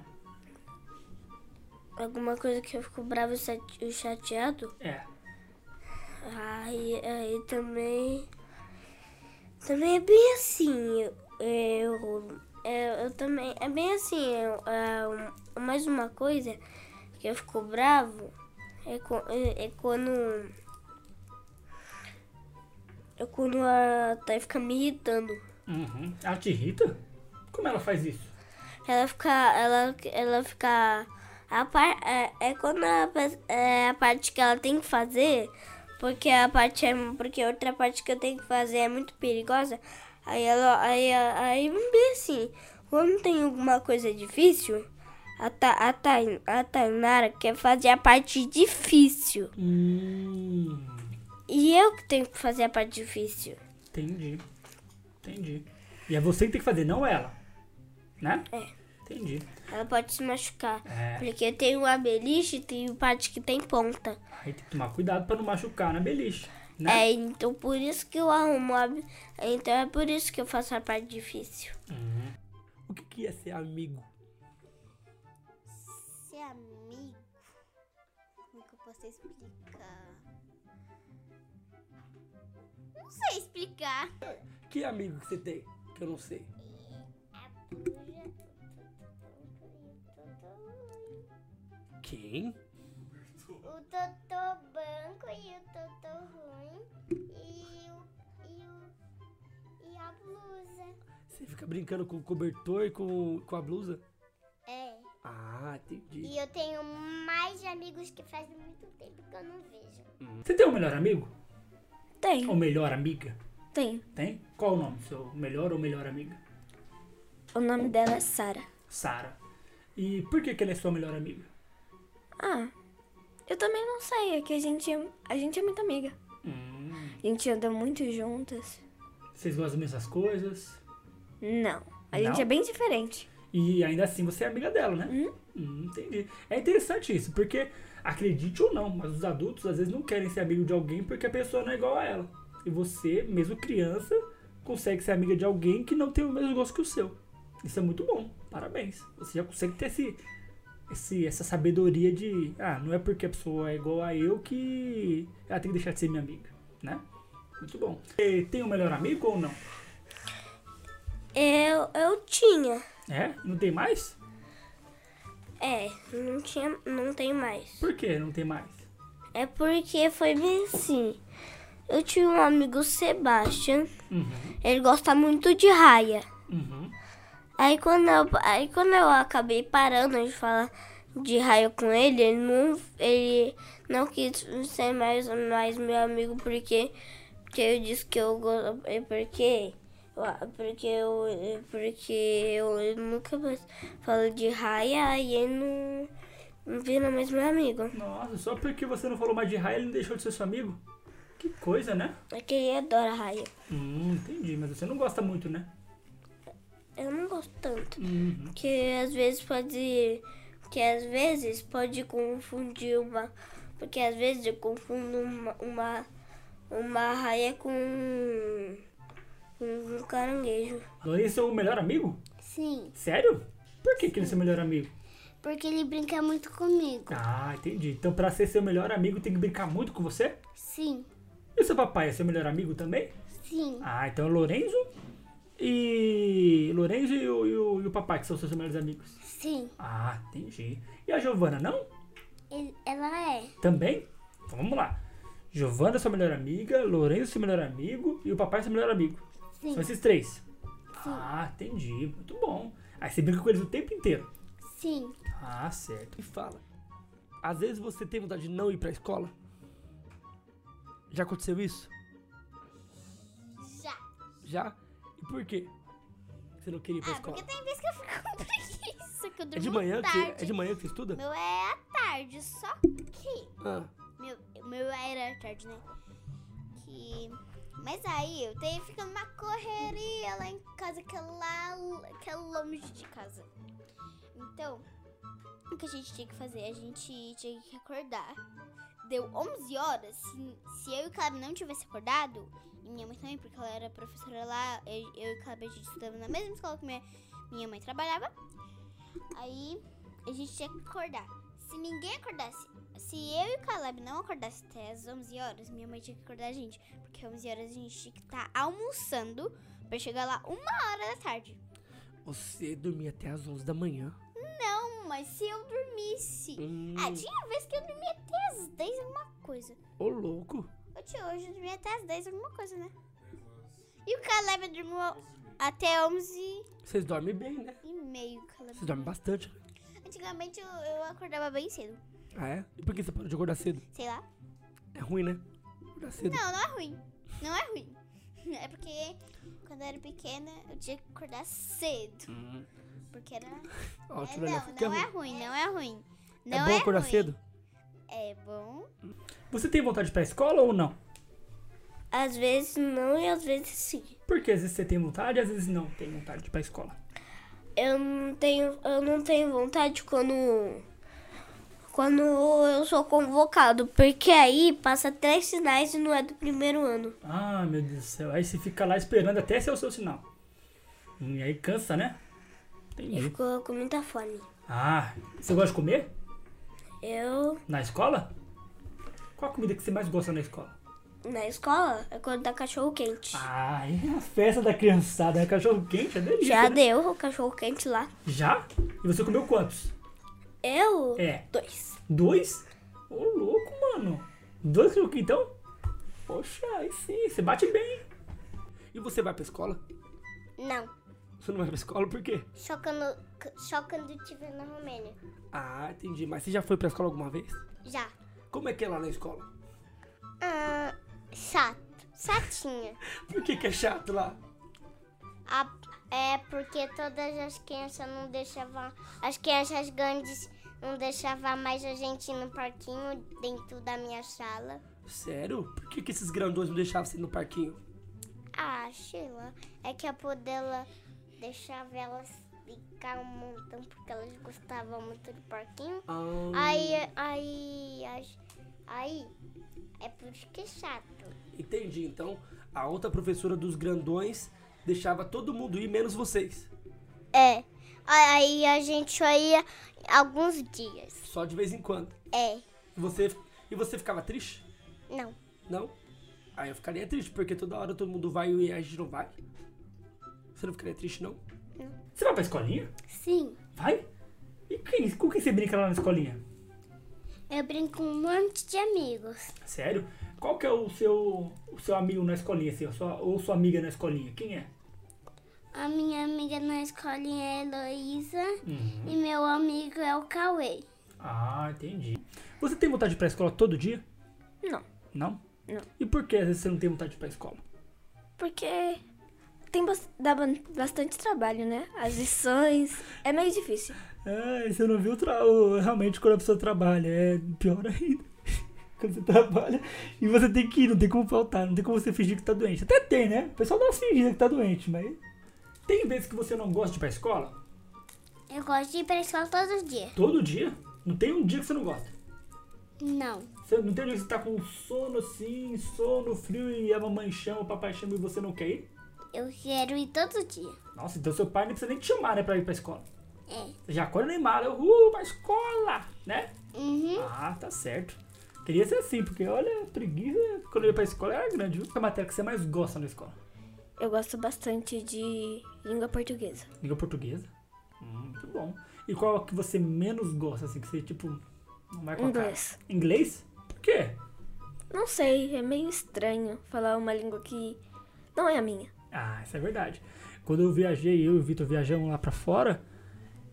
C: Alguma coisa que eu fico bravo e chate- chateado.
D: É.
C: Aí, aí também. Também é bem assim. Eu. Eu, eu- eu também. É bem assim. Eu, é, um- mais uma coisa que eu fico bravo é, co- é, é quando. É quando a Thay fica me irritando.
D: Uhum. Ela te irrita? Como ela faz isso?
C: Ela fica. Ela, ela fica. A par, é, é quando a, pe- é a parte que ela tem que fazer, porque a parte é. Porque a outra parte que eu tenho que fazer é muito perigosa. Aí ela. Aí, aí bem assim, quando tem alguma coisa difícil, a, Ta, a, Tai- a Tainara quer fazer a parte difícil.
D: Hum,
C: E eu que tenho que fazer a parte difícil.
D: entendi. Entendi. E é você que tem que fazer, não ela. Né?
C: É.
D: Entendi.
C: Ela pode se machucar.
D: É.
C: Porque tem uma beliche e tem parte que tem ponta.
D: Aí tem que tomar cuidado pra não machucar na beliche. Né?
C: É, então por isso que eu arrumo a... Então é por isso que eu faço a parte difícil.
A: O que, que é ser amigo?
B: Ser amigo. Como é que eu Você explica. Não sei explicar.
A: Que amigo que você tem? Que eu não sei. Quem?
G: O Totô Banco e o Totô Ruim e o. e o. e a blusa.
A: Você fica brincando com o cobertor e com, com a blusa?
G: É.
A: Ah, entendi.
G: E eu tenho mais amigos que faz muito tempo que eu não vejo.
D: Você tem um melhor amigo?
F: Tem,
D: Ou melhor amiga?
F: tem.
D: Tem? Qual o nome? do Seu melhor ou melhor amiga?
F: O nome dela é Sara.
D: Sara. E por que, que ela é sua melhor amiga?
F: Ah, eu também não sei, é que a gente é, a gente é muito amiga.
D: Hum,
F: A gente anda muito juntas.
D: vocês gostam das mesmas coisas?
F: Não, a
D: Não?
F: gente é bem diferente.
D: E ainda assim você é amiga dela, né?
F: Hum.
D: Hum, entendi. É interessante isso, porque acredite ou não, mas os adultos às vezes não querem ser amigo de alguém porque a pessoa não é igual a ela. E você, mesmo criança, consegue ser amiga de alguém que não tem o mesmo gosto que o seu. Isso é muito bom. Parabéns. Você já consegue ter esse, esse, essa sabedoria de, ah, não é porque a pessoa é igual a eu que ela tem que deixar de ser minha amiga, né? Muito bom. E tem um melhor amigo ou não?
C: Eu, eu tinha.
D: É? Não tem mais?
C: É, não tinha, não tem mais.
D: Por que não tem mais?
C: É porque foi bem assim. Eu tinha um amigo Sebastian,
D: Uhum,
C: ele gosta muito de raia.
D: uhum.
C: Aí quando eu, aí quando eu acabei parando de falar de raio com ele, ele não, ele não quis ser mais, mais meu amigo porque, porque eu disse que eu gosto. Porque, porque eu. é Porque eu, nunca mais falo de raia e ele não, não vira mais meu amigo.
D: Nossa, só porque você não falou mais de raia, ele não deixou de ser seu amigo? Que coisa, né?
C: É que ele adora raia.
D: Hum, entendi, mas você não gosta muito, né?
C: Eu não gosto tanto.
D: Uhum.
C: Porque às vezes pode. Que às vezes pode confundir uma. Porque às vezes eu confundo uma. Uma, uma raia com. com um caranguejo.
D: Lorinha é seu melhor amigo?
B: Sim,
D: Sério? Por que, que ele é seu melhor amigo?
B: porque ele brinca muito comigo.
D: Ah, entendi. Então, pra ser seu melhor amigo, tem que brincar muito com você?
B: Sim,
D: E o seu papai é seu melhor amigo também?
B: sim.
D: Ah, então é Lorenzo e. Lorenzo e o, e o- e o papai, que são seus melhores amigos.
B: Sim,
D: Ah, entendi. E a Giovana, não?
B: ele- ela é.
D: Também? Então vamos lá. Giovana é sua melhor amiga, Lourenço é seu melhor amigo e o papai é seu melhor amigo.
B: Sim.
D: São esses três. Ah, entendi. Muito bom. Aí você brinca com eles o tempo inteiro.
B: Sim,
D: Ah, certo.
A: Me fala. Às vezes você tem vontade de não ir pra escola? Já aconteceu isso?
B: já.
A: Já? E por quê? Você não queria ir pra
B: Ah,
A: escola?
B: porque tem vezes que eu fico com [LAUGHS] preguiça, que eu durmo
A: É de manhã que
B: tarde.
A: você, é de manhã que você estuda?
B: Meu é à tarde, só que...
A: Ah,
B: Meu, meu era à tarde, né? Que... Mas aí eu tenho ficando uma correria lá em casa, que é lá, que é longe de casa. Então, o que a gente tinha que fazer? A gente tinha que acordar. Deu 11 horas. Se, se eu e o Caleb não tivesse acordado, e minha mãe também, porque ela era professora lá, eu, eu e o Caleb a gente estudava na mesma escola que minha, minha mãe trabalhava. Aí a gente tinha que acordar. Se ninguém acordasse, se eu e o Caleb não acordasse até as 11 horas, minha mãe tinha que acordar a gente. Porque às 11 horas a gente tinha que estar almoçando pra chegar lá uma hora da tarde.
A: você dormia até as 11 da manhã.
B: Não, mas se eu dormisse.
A: Hum,
B: Ah, tinha vez que eu dormia até as 10 alguma coisa.
A: ô louco.
B: Ô tio, hoje eu dormi até as 10 alguma coisa, né? E o Caleb dormiu até 11
A: Vocês dormem bem, né?
B: e meio. o Caleb.
A: Vocês dormem bastante. né?
B: Antigamente eu, eu acordava bem cedo.
A: Ah, é? E por que você parou de acordar cedo?
B: Sei lá.
A: É ruim, né? Acordar cedo.
B: Não, não é ruim. Não é ruim. [LAUGHS] É porque quando eu era pequena, eu tinha que acordar cedo. Porque era.
A: Uhum. Ó,
B: É,
A: tira olhar,
B: não,
A: fica
B: não é
A: ruim.
B: ruim, não é ruim. Não
A: É bom acordar
B: ruim.
A: cedo?
B: É bom.
D: Você tem vontade de ir pra escola ou não?
C: Às vezes não e às vezes sim.
D: Porque às vezes você tem vontade, às vezes não tem vontade de ir pra escola.
C: Eu não tenho, eu não tenho vontade quando. Quando eu sou convocado, porque aí passa três sinais e não é do primeiro ano.
D: Ah, meu Deus do céu. Aí você fica lá esperando até ser o seu sinal. E aí cansa, né?
C: E
D: Entendi.
C: ficou com muita fome.
D: Ah, você gosta de comer?
C: Eu
D: Na escola? Qual a comida que você mais gosta na escola?
J: Na escola é quando dá cachorro quente.
D: Ah, é a festa da criançada. É cachorro quente, é delícia.
J: Já
D: né?
J: deu o cachorro quente lá.
D: Já? E você comeu quantos?
J: Eu?
D: É.
J: Dois.
D: Dois? Ô, louco, mano. Dois cachorro quente, então? Poxa, aí sim, você bate bem.
A: E você vai pra escola?
B: Não,
A: Você não vai pra escola por quê?
B: só quando, só quando tive na Romênia.
A: Ah, entendi. Mas você já foi pra escola alguma vez?
B: Já.
A: Como é que é lá na escola?
B: Ah, chato. Chatinha.
A: Por que, que é chato lá?
B: A- é porque todas as crianças não deixavam. As crianças grandes não deixavam mais a gente ir no parquinho dentro da minha sala.
A: Sério? Por que, que esses grandões não deixavam você ir no parquinho?
B: Ah, Sheila, é que a avó dela deixava elas ficar um montão porque elas gostavam muito do parquinho.
A: Ah,
B: Aí, aí, as- aí, é por isso que é chato.
A: Entendi. Então, a outra professora dos grandões deixava todo mundo ir, menos vocês.
B: É, aí a gente só ia alguns dias.
A: Só de vez em quando.
B: É,
A: E você, e você ficava triste?
B: não,
A: Não? Aí eu ficaria triste, porque toda hora todo mundo vai e a gente não vai. Você não ficaria triste, não?
D: Você vai pra escolinha?
B: sim.
D: Vai? E quem, com quem você brinca lá na escolinha?
B: Eu brinco com um monte de amigos.
D: Sério? Qual que é o seu, o seu amigo na escolinha, assim, ou sua, ou sua amiga na escolinha? Quem é?
B: A minha amiga na escolinha é a Heloísa
A: Uhum.
B: e meu amigo é o Cauê.
D: Ah, entendi. Você tem vontade de ir pra escola todo dia?
C: Não.
D: Não?
C: Não.
D: E por que às vezes você não tem vontade de ir pra escola?
C: Porque tem bas- dá ban- bastante trabalho, né? As lições. É meio difícil.
D: Ah, você não viu tra- o- realmente quando a pessoa trabalha, é pior ainda. [LAUGHS] quando você trabalha e você tem que ir, não tem como faltar, não tem como você fingir que tá doente. Até tem, né? O pessoal dá umas fingidas que tá doente, mas... Tem vezes que você não gosta de ir pra escola?
B: Eu gosto de ir pra escola todos os dias.
D: Todo dia? Não tem um dia que você não gosta?
B: Não.
D: Você não tem um dia que você tá com sono assim, sono, frio e a mamãe chama, o papai chama e você não quer ir?
B: Eu quero ir todo dia.
D: Nossa, então seu pai não precisa nem te chamar, né, pra ir pra escola.
B: É.
D: Você Já acorda animado, uhul, "Uh, pra escola, né?
B: Uhum.
D: Ah, tá certo. Queria ser assim, porque olha, a preguiça quando eu ia pra escola era grande. viu? Qual é a matéria que você mais gosta na escola?
C: Eu gosto bastante de língua portuguesa.
D: Língua portuguesa? Hum, muito bom. E qual que você menos gosta, assim, que você, tipo, não vai com a cara?
C: Inglês.
D: Inglês? Por quê?
C: Não sei, é meio estranho falar uma língua que não é a minha.
D: Ah, isso é verdade. Quando eu viajei, eu e o Vitor viajamos lá pra fora,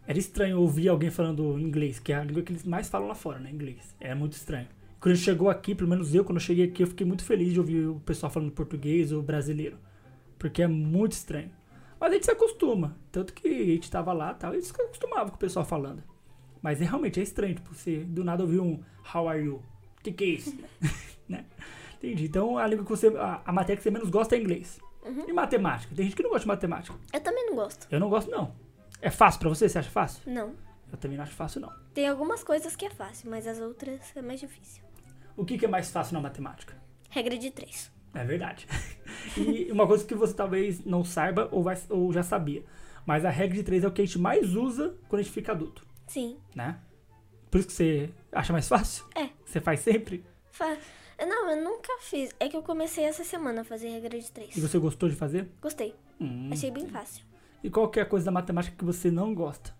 D: era estranho ouvir alguém falando inglês, que é a língua que eles mais falam lá fora, né? Inglês. É muito estranho. Quando a gente chegou aqui, pelo menos eu, quando eu cheguei aqui, eu fiquei muito feliz de ouvir o pessoal falando português ou brasileiro. Porque é muito estranho. Mas a gente se acostuma. Tanto que a gente tava lá e tal, e se acostumava com o pessoal falando. Mas é, realmente é estranho, tipo, você do nada ouvir um How are you? O que, que é isso? [LAUGHS] né? Entendi. Então a língua que você. A, a matéria que você menos gosta é inglês. E matemática? Tem gente que não gosta de matemática.
C: Eu também não gosto.
D: Eu não gosto, não. É fácil pra você? Você acha fácil?
C: Não.
D: Eu também não acho fácil, não.
C: Tem algumas coisas que é fácil, mas as outras é mais difícil.
D: O que, que é mais fácil na matemática?
C: Regra de três.
D: É verdade. [LAUGHS] e uma coisa que você talvez não saiba ou, vai- ou já sabia. Mas a regra de três é o que a gente mais usa quando a gente fica adulto,
C: Sim.
D: né? Por isso que você acha mais fácil?
C: É.
D: Você faz sempre?
C: Fa- Não, eu nunca fiz. É que eu comecei essa semana a fazer regra de três.
D: E você gostou de fazer?
C: Gostei.
D: Hum.
C: Achei bem fácil.
D: E qual que é a coisa da matemática que você não gosta?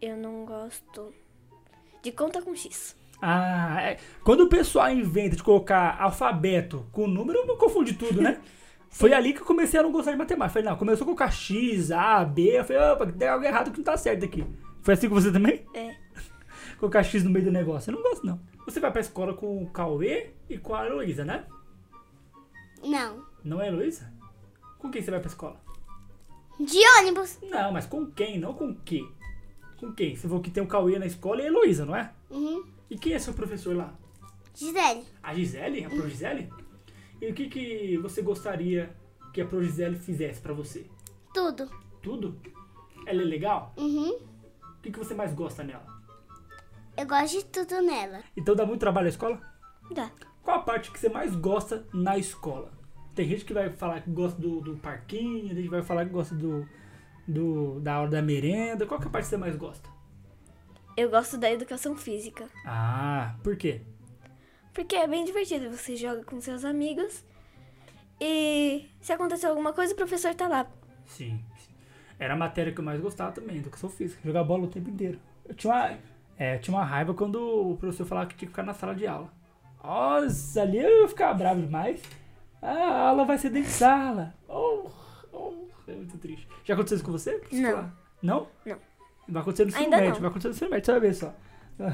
C: Eu não gosto de conta com X.
D: Ah, é. quando o pessoal inventa de colocar alfabeto com número, eu confundi tudo, né? Foi ali que eu comecei a não gostar de matemática. Falei, não, começou a colocar X, A, B. Eu falei, opa, tem algo errado que não tá certo aqui. Foi assim com você também? [LAUGHS]
C: É.
D: Colocar X no meio do negócio. Eu não gosto, não. Você vai pra escola com o Cauê e com a Heloísa, né?
B: Não.
D: Não é a Heloísa? Com quem você vai pra escola?
B: De ônibus?
D: Não, mas com quem? Não com que. Com quem? Você falou que tem o Cauê na escola e a Heloísa, não é?
B: Uhum.
D: E quem é seu professor lá?
B: Gisele.
D: A Gisele? A Pro Gisele? E o que, que você gostaria que a Pro Gisele fizesse pra você?
B: Tudo.
D: Tudo? Ela é legal?
B: Uhum.
D: O que, que você mais gosta nela?
B: Eu gosto de tudo nela.
D: Então dá muito trabalho a escola?
C: Dá.
D: Qual a parte que você mais gosta na escola? Tem gente que vai falar que gosta do, do parquinho, tem gente que vai falar que gosta do, do da hora da merenda. Qual que é a parte que você mais gosta?
C: Eu gosto da educação física.
D: Ah, por quê?
F: Porque é bem divertido. Você joga com seus amigos. E se acontecer alguma coisa, o professor tá lá.
D: Sim, sim. Era a matéria que eu mais gostava também, educação física. Jogar bola o tempo inteiro. Eu tinha uma, é, eu tinha uma raiva quando o professor falava que tinha que ficar na sala de aula. Nossa, ali eu ficava bravo demais. Ah, a aula vai ser dentro de sala. Oh, oh, é muito triste. Já aconteceu isso com você? Por isso
F: Não.
D: que lá? Não?
F: Não.
D: Vai acontecer no ensino
F: Ainda
D: médio,
F: não.
D: vai acontecer no ensino médio, você vai ver só.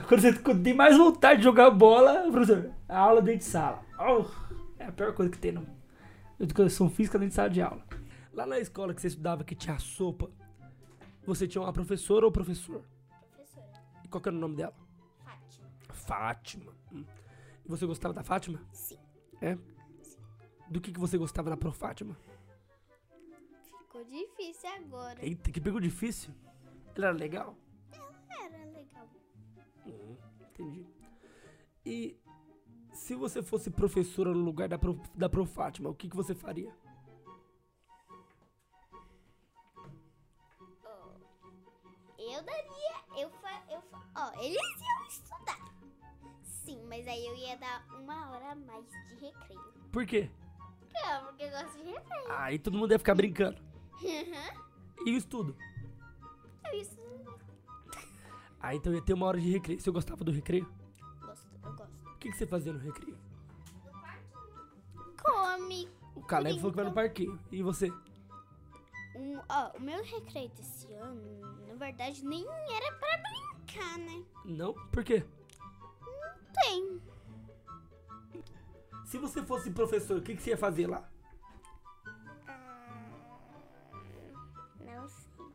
D: Quando você quando tem mais vontade de jogar bola, professor, a aula dentro de sala. Oh, é a pior coisa que tem no educação física dentro de sala de aula.
A: Lá na escola que você estudava que tinha sopa, você tinha uma professora ou professor?
B: Professora,
A: E Qual que era o nome dela?
B: Fátima.
A: Fátima. Hum. E você gostava da Fátima?
B: Sim.
A: É? Do que, que você gostava da Prof. Fátima?
B: Ficou difícil agora.
A: Eita, que pegou difícil. Ela era legal?
B: Era legal.
A: Entendi. E se você fosse professora no lugar da, prof, da Prof. Fátima, o que, que você faria?
B: Eu daria. Eu fa, eu fa, ó, eles iam estudar. Sim, mas aí eu ia dar uma hora a mais de recreio.
A: Por quê?
B: É, porque eu gosto de recreio.
A: Aí todo mundo ia ficar brincando. E o estudo?
B: Eu ia estudar.
A: Ah, então ia ter uma hora de recreio. Você gostava do recreio?
B: Gosto, eu gosto.
A: O que, que você fazia no recreio?
B: Come.
A: O Caleb falou que vai no parquinho. E você?
B: Um, ó, o meu recreio desse ano, na verdade, nem era pra brincar, né?
A: Não? Por quê?
B: Tem.
A: Se você fosse professor, o que, que você ia fazer lá?
G: Não sei.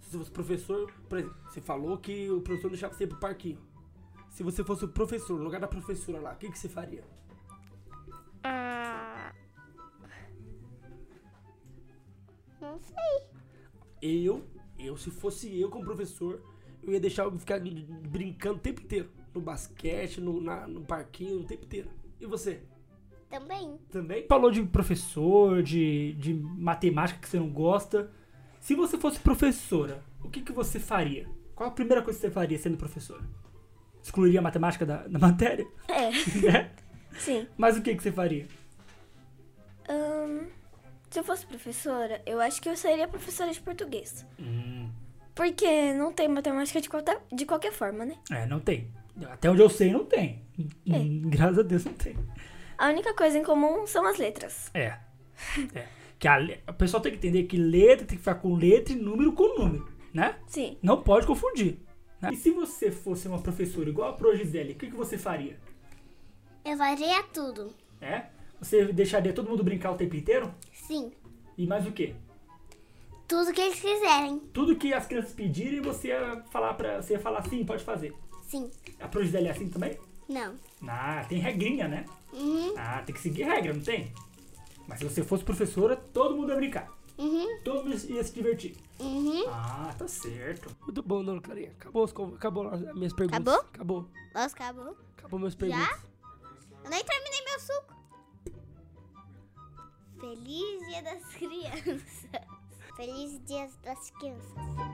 A: Se você fosse professor, por exemplo, você falou que o professor deixava você ir pro parquinho. Se você fosse o professor, no lugar da professora lá, o que, que você faria?
G: Não sei.
A: Eu, eu, se fosse eu como professor, eu ia deixar eu ficar brincando o tempo inteiro. No basquete, no, na- no parquinho, o tempo inteiro. E você?
G: Também.
A: Também?
D: falou de professor, de, de matemática que você não gosta. Se você fosse professora, o que, que você faria? Qual a primeira coisa que você faria sendo professora? Excluiria a matemática da, da matéria? É.
F: Sim.
D: Mas o que, que você faria?
F: Ahn, se eu fosse professora, eu acho que eu seria professora de português.
D: Hum.
F: Porque não tem matemática de qualquer, de qualquer forma, né?
D: É, não tem. Até onde eu sei, não tem. Hum, Graças a Deus, não tem.
F: A única coisa em comum são as letras.
D: É. é. Que a, le- o pessoal tem que entender que letra tem que ficar com letra e número com número, né?
F: Sim.
D: Não pode confundir. né? E se você fosse uma professora igual a Progisele, o que, que você faria?
G: Eu faria tudo.
D: É? Você deixaria todo mundo brincar o tempo inteiro?
G: Sim.
D: E mais o quê?
G: Tudo que eles quiserem.
D: Tudo que as crianças pedirem, você ia falar para você ia falar sim, pode fazer.
G: Sim.
D: A Progisele é assim também?
G: Não.
D: Ah, tem regrinha, né?
G: Uhum.
D: Ah, tem que seguir regra, não tem? Mas se você fosse professora, todo mundo ia brincar.
G: Uhum.
D: Todo mundo ia se divertir.
G: Uhum.
D: Ah, tá certo.
A: Muito bom, dona Clarinha. Acabou, as con- acabou as minhas perguntas.
B: Acabou?
A: Acabou.
B: Nossa, acabou.
A: Acabou minhas perguntas.
B: Eu nem terminei meu suco. Feliz Dia das Crianças.
G: [LAUGHS] Feliz Dia das Crianças.